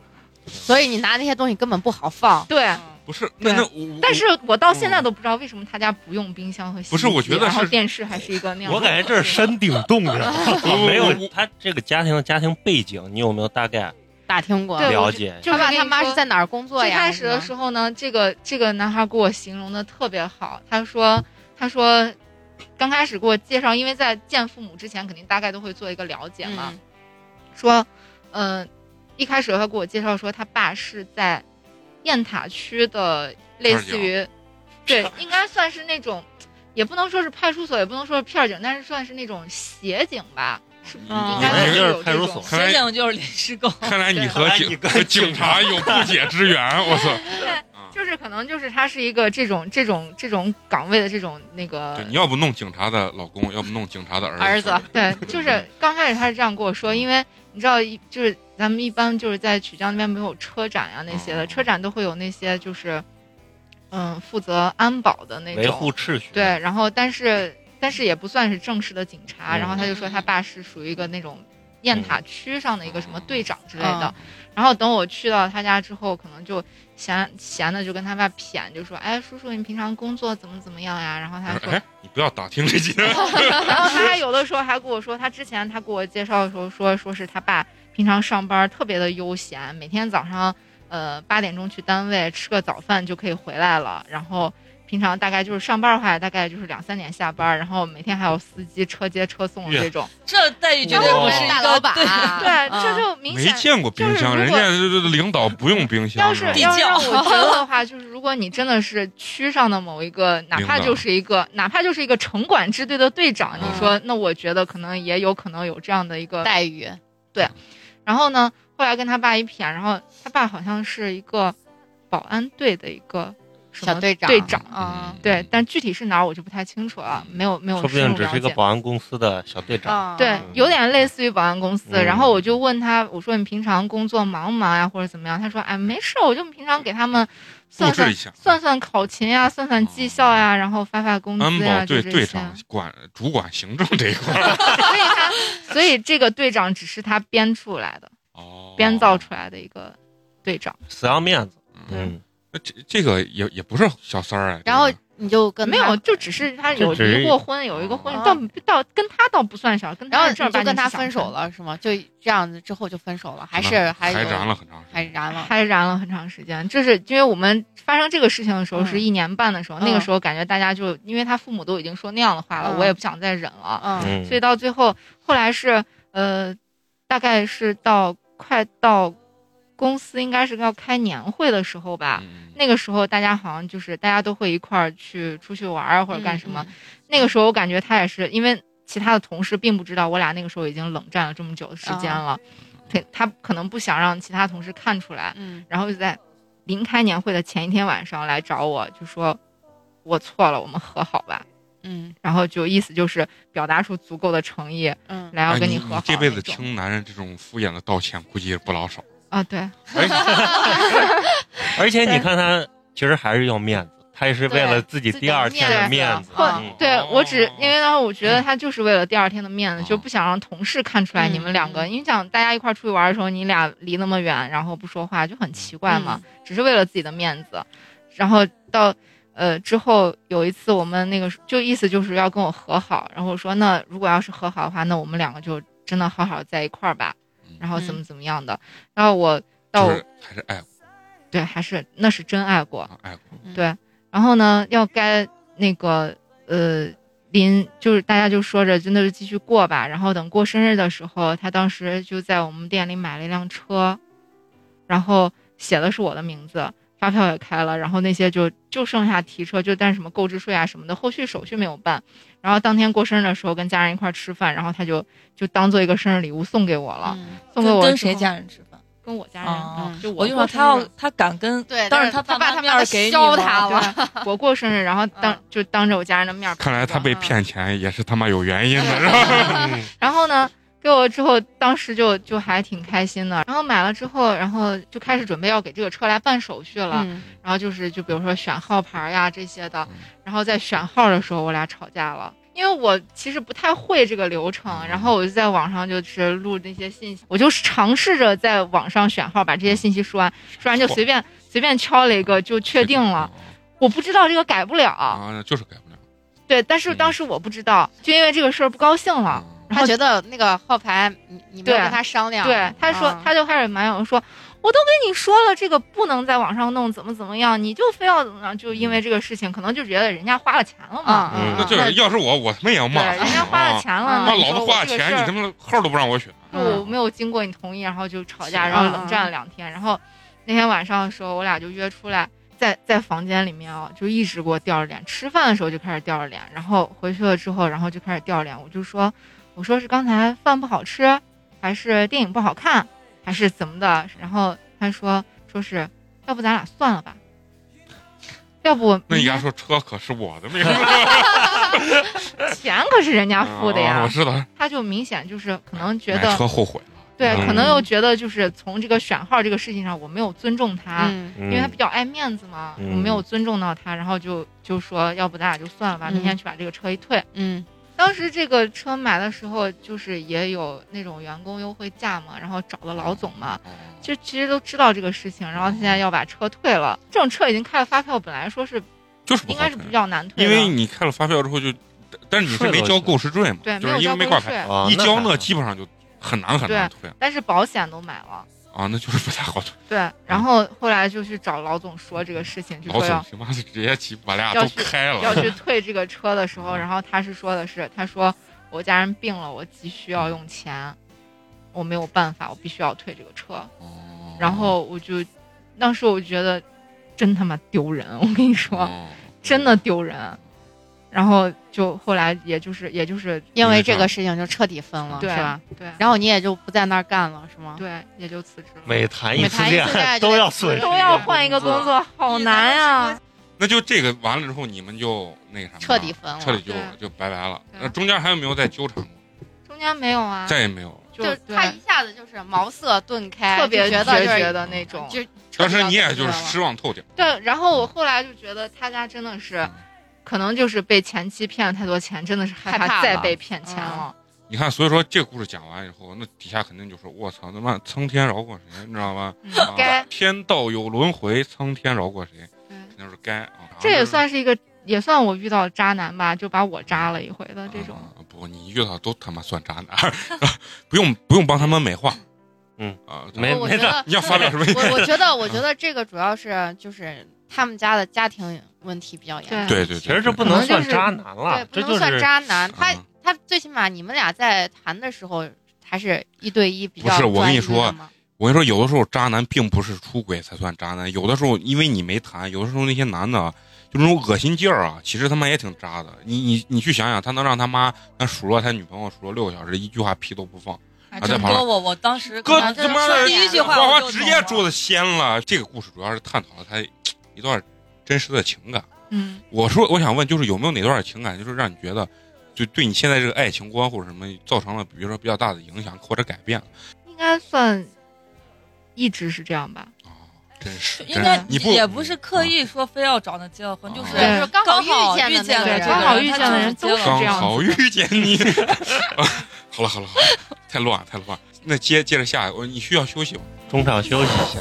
Speaker 6: 所以你拿那些东西根本不好放。
Speaker 5: 对。啊
Speaker 2: 不是那那我
Speaker 5: 但是我到现在都不知道为什么他家不用冰箱和洗衣机，
Speaker 2: 嗯不是我觉得
Speaker 5: 然后
Speaker 2: 是
Speaker 5: 电视还是一个那样的东西。
Speaker 4: 我感觉 这是山顶洞人，
Speaker 2: 我
Speaker 4: 没
Speaker 2: 我
Speaker 4: 有他这个家庭的家庭背景，你有没有大概？
Speaker 6: 打听过。
Speaker 5: 对
Speaker 4: 了
Speaker 5: 我
Speaker 4: 解，
Speaker 5: 就是
Speaker 6: 他爸
Speaker 5: 跟
Speaker 6: 他
Speaker 5: 你
Speaker 6: 妈
Speaker 5: 说
Speaker 6: 是在哪儿工作
Speaker 5: 最
Speaker 6: 呀？嗯
Speaker 5: 开始的时候呢，这个这个男孩给我形容的特别好，他说他说刚开始给我介绍，因为在见父母之前肯定大概都会做一个了解
Speaker 6: 什
Speaker 5: 嘛，
Speaker 6: 么，嗯
Speaker 5: 说嗯、呃一开始他给我介绍说他爸是在雁塔区的类似 于对，应该算是那种。也不能说是派出所，也不能说是片儿警，但是算是那种协警吧。
Speaker 2: 你
Speaker 5: 应
Speaker 2: 们也
Speaker 5: 该嗯
Speaker 4: 就
Speaker 5: 是
Speaker 4: 是
Speaker 5: 有
Speaker 4: 派
Speaker 5: 这
Speaker 4: 出
Speaker 5: 种
Speaker 4: 所
Speaker 2: 看
Speaker 7: 学
Speaker 2: 来
Speaker 7: 警就是临时工，
Speaker 2: 看来你和
Speaker 4: 看来
Speaker 2: 警
Speaker 4: 哎你 跟
Speaker 2: 和警
Speaker 4: 警
Speaker 2: 察
Speaker 4: 察
Speaker 2: 有不解之 缘，我操！
Speaker 5: 就是可能就是他是一个这种这种这种岗位的这种那个
Speaker 2: 对，你要不弄警察的老公，要不弄警察的儿
Speaker 6: 儿
Speaker 2: 子
Speaker 6: 子，
Speaker 5: 对，就是刚开始他是这样跟我说，因为你知道，一就是咱们一般就是在曲江那边没有车展啊那些的，
Speaker 2: 嗯
Speaker 5: 车展都会有那些就是，嗯，负责安保的那种
Speaker 4: 维护秩序。
Speaker 5: 对，，然后但是但是也不算是正式的警察，
Speaker 4: 嗯
Speaker 5: 然后他就说他爸是属于一个那种雁塔区上的一个什么队长之类的，然后等我去到他家之后，可能就闲闲的就跟他爸谝，就说哎叔叔你平常工作怎么怎么样呀？然后他说
Speaker 2: 哎，你不要打听 这些，
Speaker 5: 然后他还有的时候还跟我说，他之前他给我介绍的时候说，说是他爸平常上班特别的悠闲，每天早上呃八点钟去单位吃个早饭就可以回来了，然后平常大概就是上班的话，大概就是两三点下班，然后每天还有司机车接车送这种，
Speaker 7: 这待遇绝对不是一个
Speaker 6: 哦大老板啊
Speaker 7: 对
Speaker 5: 对，
Speaker 7: 嗯
Speaker 5: 这就明
Speaker 2: 没
Speaker 5: 显。
Speaker 2: 见啊过冰箱，
Speaker 5: 就是
Speaker 2: 人
Speaker 5: 如果
Speaker 2: 家这这领导不用冰箱，
Speaker 5: 要是
Speaker 2: 吧
Speaker 5: 要是
Speaker 7: 地窖
Speaker 5: 让我觉得的话，就是如果你真的是区上的某一个，哪
Speaker 2: 明白
Speaker 5: 怕就是一个，哪怕就是一个城管支队的队长，
Speaker 2: 嗯
Speaker 5: 你说，那我觉得可能也有可能有这样的一个
Speaker 6: 待遇，
Speaker 5: 然后呢，后来跟他爸一谝，然后他爸好像是一个保安队的一个什么
Speaker 6: 小队长
Speaker 5: 队长，
Speaker 6: 啊
Speaker 2: 嗯，
Speaker 5: 对，但具体是哪儿我就不太清楚了，没有没有
Speaker 4: 说不
Speaker 5: 深
Speaker 4: 定
Speaker 5: 入
Speaker 4: 只
Speaker 5: 了
Speaker 4: 是一个
Speaker 5: 解。
Speaker 4: 保安公司的小队长。
Speaker 5: 对，
Speaker 6: 嗯
Speaker 2: 嗯
Speaker 5: 有点类似于保安公司。
Speaker 4: 嗯
Speaker 5: 然后我就问他，我说你平常工作忙不忙呀，或者怎么样？他说，哎，没事儿，我就平常给他们算
Speaker 2: 布置
Speaker 5: 算
Speaker 2: 一下。
Speaker 5: 算算考勤呀，算算绩效呀，然后发发工
Speaker 2: 安
Speaker 5: 资呀，
Speaker 2: 保
Speaker 5: 啊就
Speaker 2: 队
Speaker 5: 这
Speaker 2: 队
Speaker 5: 些。
Speaker 2: 长管主管行政这一块 儿，
Speaker 5: 所以他，所以这个队长只是他编出来的、
Speaker 2: 哦
Speaker 5: 编造出来的一个队长。
Speaker 4: 死要面子。
Speaker 2: 嗯
Speaker 4: 嗯，
Speaker 2: 那这这个也也不是小三儿啊。
Speaker 6: 然后
Speaker 2: 这个
Speaker 6: 你就跟
Speaker 5: 没
Speaker 6: 他
Speaker 5: 有，就只是他有
Speaker 4: 就只是
Speaker 5: 离过婚，有一个婚
Speaker 6: 哦
Speaker 5: 倒倒跟他倒不算啥，跟
Speaker 6: 然后
Speaker 5: 他
Speaker 6: 你
Speaker 5: 正儿
Speaker 6: 就
Speaker 5: 八经
Speaker 6: 跟他
Speaker 5: 是
Speaker 6: 分
Speaker 5: 小
Speaker 6: 手
Speaker 5: 三，
Speaker 6: 了是吗？就这样子之后就分手了，还
Speaker 2: 可
Speaker 6: 是
Speaker 2: 能
Speaker 6: 还
Speaker 2: 还
Speaker 6: 有
Speaker 2: 燃了很长时
Speaker 6: 还
Speaker 2: 间，
Speaker 6: 燃了？
Speaker 5: 还燃了很长时间。这是因为我们发生这个事情的时候
Speaker 6: 嗯
Speaker 5: 是一年半的时候，那个
Speaker 6: 嗯
Speaker 5: 时候感觉大家就因为他父母都已经说那样的话了，
Speaker 6: 嗯
Speaker 5: 我也不想再忍了，
Speaker 6: 嗯
Speaker 4: 嗯，
Speaker 5: 所以到最后后来是呃，大概是到快到公司应该是要开年会的时候吧。
Speaker 2: 嗯
Speaker 5: 那个时候，大家好像就是大家都会一块儿去出去玩儿啊，或者干
Speaker 6: 嗯
Speaker 5: 什么。那个时候我感觉他也是，因为其他的同事并不知道我俩那个时候已经冷战了这么久的时间
Speaker 6: 啊
Speaker 5: 了，他他可能不想让其他同事看出来，
Speaker 6: 嗯？
Speaker 5: 然后就在临开年会的前一天晚上来找我，就说我错了，我们和好吧。
Speaker 6: 嗯
Speaker 5: 然后就意思就是表达出足够的诚意
Speaker 6: 嗯嗯，
Speaker 5: 来要
Speaker 2: 哎
Speaker 5: 跟
Speaker 2: 你
Speaker 5: 和好
Speaker 2: 这辈子
Speaker 5: 那种
Speaker 2: 听男人这种敷衍的道歉，估计不老少。
Speaker 5: 啊，对，
Speaker 2: 哎，
Speaker 4: 而且你看他其实还是要面子，他也是为了自己第二天的面子
Speaker 6: 对。自己的
Speaker 4: 嗯
Speaker 6: 面
Speaker 5: 对我只
Speaker 2: 哦
Speaker 5: 因为当时我觉得他就是为了第二天的面子，
Speaker 2: 嗯
Speaker 5: 就不想让同事看出来你们两个，
Speaker 6: 嗯嗯
Speaker 5: 因为想大家一块儿出去玩的时候，你俩离那么远，然后不说话就很奇
Speaker 6: 嗯
Speaker 5: 怪嘛，只是为了自己的面子。然后到呃之后有一次我们那个就意思就是要跟我和好，然后我说那如果要是和好的话，那我们两个就真的好好在一块儿吧，然后怎么怎么样的。然后我到
Speaker 2: 嗯就
Speaker 5: 我
Speaker 2: 是还是爱过
Speaker 5: 对还是那是真爱过，
Speaker 2: 啊，爱过。
Speaker 5: 然后呢，要该那个呃，临就是大家就说着，真的是继续过吧。然后等过生日的时候，他当时就在我们店里买了一辆车，然后写的是我的名字，发票也开了，然后那些就就剩下提车，就但什么购置税啊什么的，后续手续没有办。然后当天过生日的时候，跟家人一块儿吃饭，然后他就就当做一个生日礼物送给我了，
Speaker 6: 嗯
Speaker 5: 送给我
Speaker 7: 跟
Speaker 5: 之后
Speaker 7: 谁？家人吃饭？
Speaker 5: 跟我家人。
Speaker 7: 哦
Speaker 6: 嗯
Speaker 5: 就我
Speaker 7: 我就说
Speaker 5: 过生
Speaker 7: 他要
Speaker 5: 日
Speaker 7: 他敢跟，
Speaker 6: 对
Speaker 7: 当
Speaker 6: 但
Speaker 7: 着
Speaker 6: 是
Speaker 7: 他
Speaker 6: 他爸
Speaker 7: 他
Speaker 6: 他
Speaker 7: 面
Speaker 6: 妈
Speaker 7: 儿
Speaker 6: 的
Speaker 7: 给你
Speaker 6: 削
Speaker 7: 吗
Speaker 6: 他了
Speaker 5: 对我过生日，然后当、
Speaker 6: 嗯
Speaker 5: 就当着我家人的面儿
Speaker 2: 看来他
Speaker 5: 吃
Speaker 2: 被
Speaker 5: 吧
Speaker 2: 骗钱也是他妈有原因
Speaker 5: 哎
Speaker 2: 的，是吧？
Speaker 4: 嗯
Speaker 5: 然后呢，给我之后，当时就就还挺开心的。然后买了之后，然后就开始准备要给这个车来办手续了。
Speaker 6: 嗯
Speaker 5: 然后就是就比如说选号牌呀这些的
Speaker 2: 嗯。
Speaker 5: 然后在选号的时候，我俩吵架了。因为我其实不太会这个流程，
Speaker 2: 嗯
Speaker 5: 然后我就在网上就是录那些信息，我就尝试着在网上选号，把这些
Speaker 2: 嗯
Speaker 5: 信息说完，说完就随便随便敲了一个就确定
Speaker 2: 嗯
Speaker 5: 了。我不知道这个改不了，
Speaker 2: 啊，就是改不了。
Speaker 6: 嗯
Speaker 5: 对，但是当时我不知道，就因为这个事儿不高兴了，
Speaker 2: 嗯
Speaker 5: 然
Speaker 6: 他觉得那个号牌你你没有
Speaker 5: 对
Speaker 6: 跟他商量，
Speaker 5: 对，他说、
Speaker 6: 嗯
Speaker 5: 他就开始埋怨说，我都跟你说了，这个不能在网上弄，怎么怎么样，你就非要怎么样，就因为这个事情，可能就觉得人家花了钱了嘛，
Speaker 6: 嗯
Speaker 2: 那
Speaker 6: 嗯
Speaker 2: 这要是我，我他妈也要
Speaker 5: 对，
Speaker 2: 骂。
Speaker 5: 人家花了钱了，
Speaker 6: 啊
Speaker 2: 啊，妈
Speaker 5: 那你
Speaker 2: 老子
Speaker 5: 说
Speaker 2: 花
Speaker 5: 我
Speaker 2: 了
Speaker 5: 这个
Speaker 2: 钱，
Speaker 5: 事
Speaker 2: 你
Speaker 5: 儿
Speaker 2: 他妈号都不让我选。
Speaker 6: 嗯
Speaker 5: 我没有经过你同意，然后就吵架，
Speaker 2: 是
Speaker 5: 然后冷战了两天。然后那天晚上的时候，我俩就约出来，在在房间里面啊，就一直给我吊着脸。吃饭的时候就开始吊着脸，然后回去了之后，然后就开始吊着脸。我就说，我说是刚才饭不好吃，还是电影不好看，还是怎么的？然后他说，说是要不咱俩算了吧，要不
Speaker 2: 那你
Speaker 5: 明
Speaker 2: 跟
Speaker 5: 天
Speaker 2: 他说车可是我的，没有
Speaker 5: 钱可是人家付的
Speaker 2: 啊
Speaker 5: 呀
Speaker 2: 我。知道，
Speaker 5: 他就明显就是可能觉
Speaker 2: 买
Speaker 5: 得。
Speaker 2: 车后悔了。
Speaker 5: 对，
Speaker 4: 嗯
Speaker 5: 可能又觉得就是从这个选号这个事情上，我没有尊重他，
Speaker 6: 嗯
Speaker 4: 因
Speaker 5: 因为他比较爱面子嘛，
Speaker 4: 嗯
Speaker 5: 我没有尊重到他，然后就就说要不咱俩就算了吧，
Speaker 6: 嗯
Speaker 5: 明天去把这个车一退。
Speaker 6: 嗯
Speaker 5: 当时这个车买的时候，就是也有那种员工优惠价嘛，然后找了老总嘛，
Speaker 2: 啊
Speaker 5: 就其实都知道这个事情，然后他现在要把车退了，这种车已经开了发票，本来说是
Speaker 2: 就是不
Speaker 5: 应
Speaker 2: 好
Speaker 5: 该是
Speaker 2: 看
Speaker 5: 比较难退
Speaker 2: 因
Speaker 5: 的，
Speaker 2: 为你开了发票之后就，但但是你是没交购置税嘛，
Speaker 5: 对
Speaker 2: 就
Speaker 5: 没
Speaker 2: 是因为
Speaker 5: 有交
Speaker 2: 没
Speaker 5: 购
Speaker 2: 挂
Speaker 5: 置
Speaker 2: 牌，
Speaker 5: 税，
Speaker 4: 啊
Speaker 2: 一交
Speaker 4: 还
Speaker 2: 呢
Speaker 4: 好
Speaker 2: 基本上就很难很难退
Speaker 5: 但是保险都买了。
Speaker 2: 啊，那就是不太好退。
Speaker 5: 对，然后后来就去找老总说这个事情，就
Speaker 2: 嗯老
Speaker 5: 说要
Speaker 2: 总他妈的直接起把俩都开
Speaker 5: 要
Speaker 2: 了，
Speaker 5: 去退这个车的时候，然后他是说的是，他说我家人病了，我急需要用钱，我没有办法，我必须要退这个车。
Speaker 2: 哦
Speaker 5: 然后我就，当时我觉得真他妈丢人， 我跟你说，
Speaker 2: 哦
Speaker 5: 真的丢人。然后就后来也就是也就是
Speaker 6: 因为这个事情就彻底分了，
Speaker 5: 对
Speaker 6: 嗯是吧？
Speaker 5: 对，然
Speaker 6: 然后你也就不在那儿干了，是吗？
Speaker 5: 对也就辞职了，
Speaker 4: 每谈一
Speaker 6: 每
Speaker 4: 次
Speaker 6: 谈一
Speaker 4: 恋
Speaker 6: 次恋
Speaker 4: 爱
Speaker 6: 爱
Speaker 4: 都
Speaker 6: 就得
Speaker 4: 要
Speaker 6: 辞
Speaker 4: 损失
Speaker 5: 都要换一个工作，好难啊呀、
Speaker 2: 那就这个完了之后，你们就那个啥，
Speaker 6: 彻底分了
Speaker 2: 彻底就
Speaker 5: 对
Speaker 2: 就拜拜了。
Speaker 5: 对
Speaker 2: 那中间还有没有再纠缠过？
Speaker 5: 中间没有啊，
Speaker 2: 再也没有了。
Speaker 5: 就
Speaker 6: 就
Speaker 5: 对
Speaker 6: 他一下子就是茅塞顿开，
Speaker 5: 特别
Speaker 6: 就觉得
Speaker 5: 决
Speaker 6: 就是
Speaker 5: 绝的那种。
Speaker 6: 就彻
Speaker 2: 当
Speaker 6: 底
Speaker 2: 时
Speaker 6: 要
Speaker 2: 你也
Speaker 6: 分
Speaker 2: 就是
Speaker 6: 了
Speaker 2: 失望透顶。
Speaker 5: 对，然后我后来就觉得他家真的是，可能就是被前妻骗了太多钱，真的是害
Speaker 6: 害怕
Speaker 5: 怕
Speaker 6: 了
Speaker 5: 再被骗钱了。嗯
Speaker 2: 你看，所以说这个故事讲完以后，那底下肯定就说：“我操，他妈苍天饶过谁？”你知道吧？
Speaker 5: 嗯
Speaker 2: 啊
Speaker 5: 该
Speaker 2: 天道有轮回，苍天饶过谁？
Speaker 5: 对
Speaker 2: 肯定是该啊。
Speaker 5: 这也算是一个，也算我遇到渣男吧，就把我渣了一回的这种。
Speaker 2: 啊不，你遇到都他妈算渣男， 不用不用帮他们美化。
Speaker 4: 嗯
Speaker 2: 啊，
Speaker 4: 没
Speaker 6: 我
Speaker 4: 没
Speaker 6: 觉
Speaker 4: 的
Speaker 6: 得
Speaker 2: 你要发表什么意见
Speaker 6: 我我觉得，我觉得这个主要是就是他们家的家庭问题比较严 重，
Speaker 2: 对对，
Speaker 4: 其实这不能算渣男了，
Speaker 6: 不
Speaker 4: 这
Speaker 6: 能
Speaker 4: 就
Speaker 6: 算
Speaker 4: 是
Speaker 6: 渣男。
Speaker 2: 嗯
Speaker 6: 他他最起码你们俩在谈的时候还是一对一比较
Speaker 2: 不是我跟你
Speaker 6: 专一的
Speaker 2: 说
Speaker 6: 嘛
Speaker 2: 我跟你说，有的时候渣男并不是出轨才算渣男，有的时候因为你没谈，有的时候那些男的啊就那种恶心劲儿啊，其实他妈也挺渣的。你你你去想想，他能让他妈那数落他女朋友数落六个小时，一句话屁都不放，
Speaker 7: 还
Speaker 2: 在
Speaker 7: 真
Speaker 2: 旁边
Speaker 7: 哎多我，我当时
Speaker 2: 哥
Speaker 7: 可能就
Speaker 2: 他
Speaker 7: 是
Speaker 2: 妈
Speaker 7: 说
Speaker 2: 的
Speaker 7: 第一句话
Speaker 2: 花
Speaker 7: 我
Speaker 2: 花
Speaker 7: 就
Speaker 2: 直
Speaker 7: 懂
Speaker 2: 接
Speaker 7: 了
Speaker 2: 桌子掀了。这个故事主要是探讨了他一段真实的情感。
Speaker 5: 嗯，
Speaker 2: 我说，我想问，就是有没有哪段情感，就是让你觉得，就对你现在这个爱情观或者什么造成了，比如说比较大的影响或者改变？
Speaker 5: 应该算一直是这样吧。
Speaker 2: 真是，
Speaker 7: 应该
Speaker 2: 真是你不
Speaker 7: 也不是刻意说非要找他结了婚，
Speaker 2: 啊
Speaker 7: 就是
Speaker 2: 对
Speaker 6: 就是刚好
Speaker 7: 刚
Speaker 6: 遇见的
Speaker 7: 遇见
Speaker 6: 那
Speaker 7: 了
Speaker 5: 对，
Speaker 6: 个
Speaker 7: 这
Speaker 6: 人
Speaker 7: 个
Speaker 5: 刚好遇见的人
Speaker 7: 他就
Speaker 5: 都
Speaker 7: 是
Speaker 5: 是
Speaker 7: 结了
Speaker 5: 这
Speaker 2: 刚
Speaker 5: 样
Speaker 2: 好
Speaker 5: 子的。
Speaker 2: 遇见 你。 好了好了好了，太乱太乱。那接接着下，我你需要休息吗？
Speaker 4: 中场休息一下。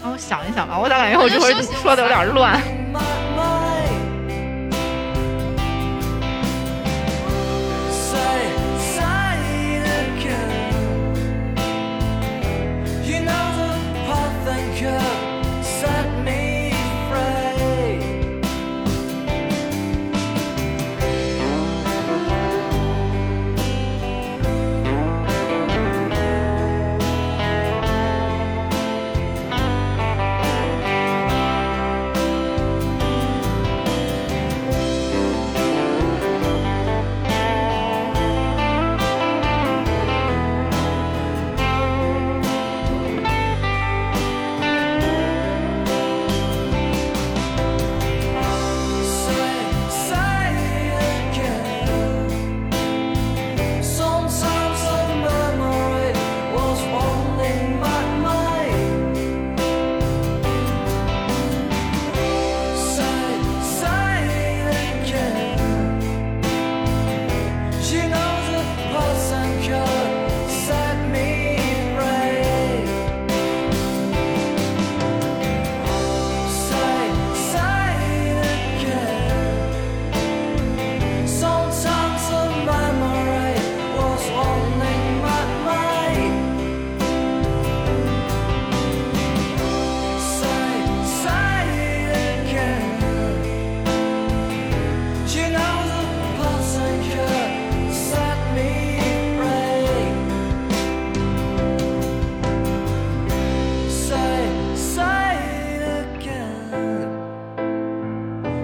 Speaker 5: 让我哦想一想吧，我咋感觉我这会儿
Speaker 6: 我觉得休息
Speaker 5: 说的有点乱？
Speaker 1: Set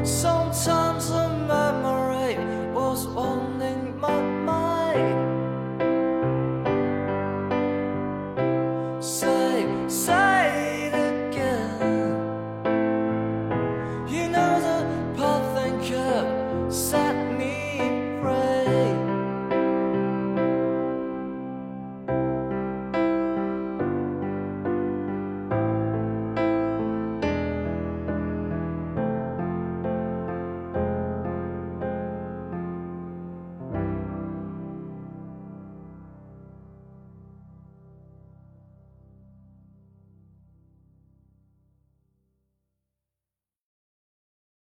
Speaker 1: so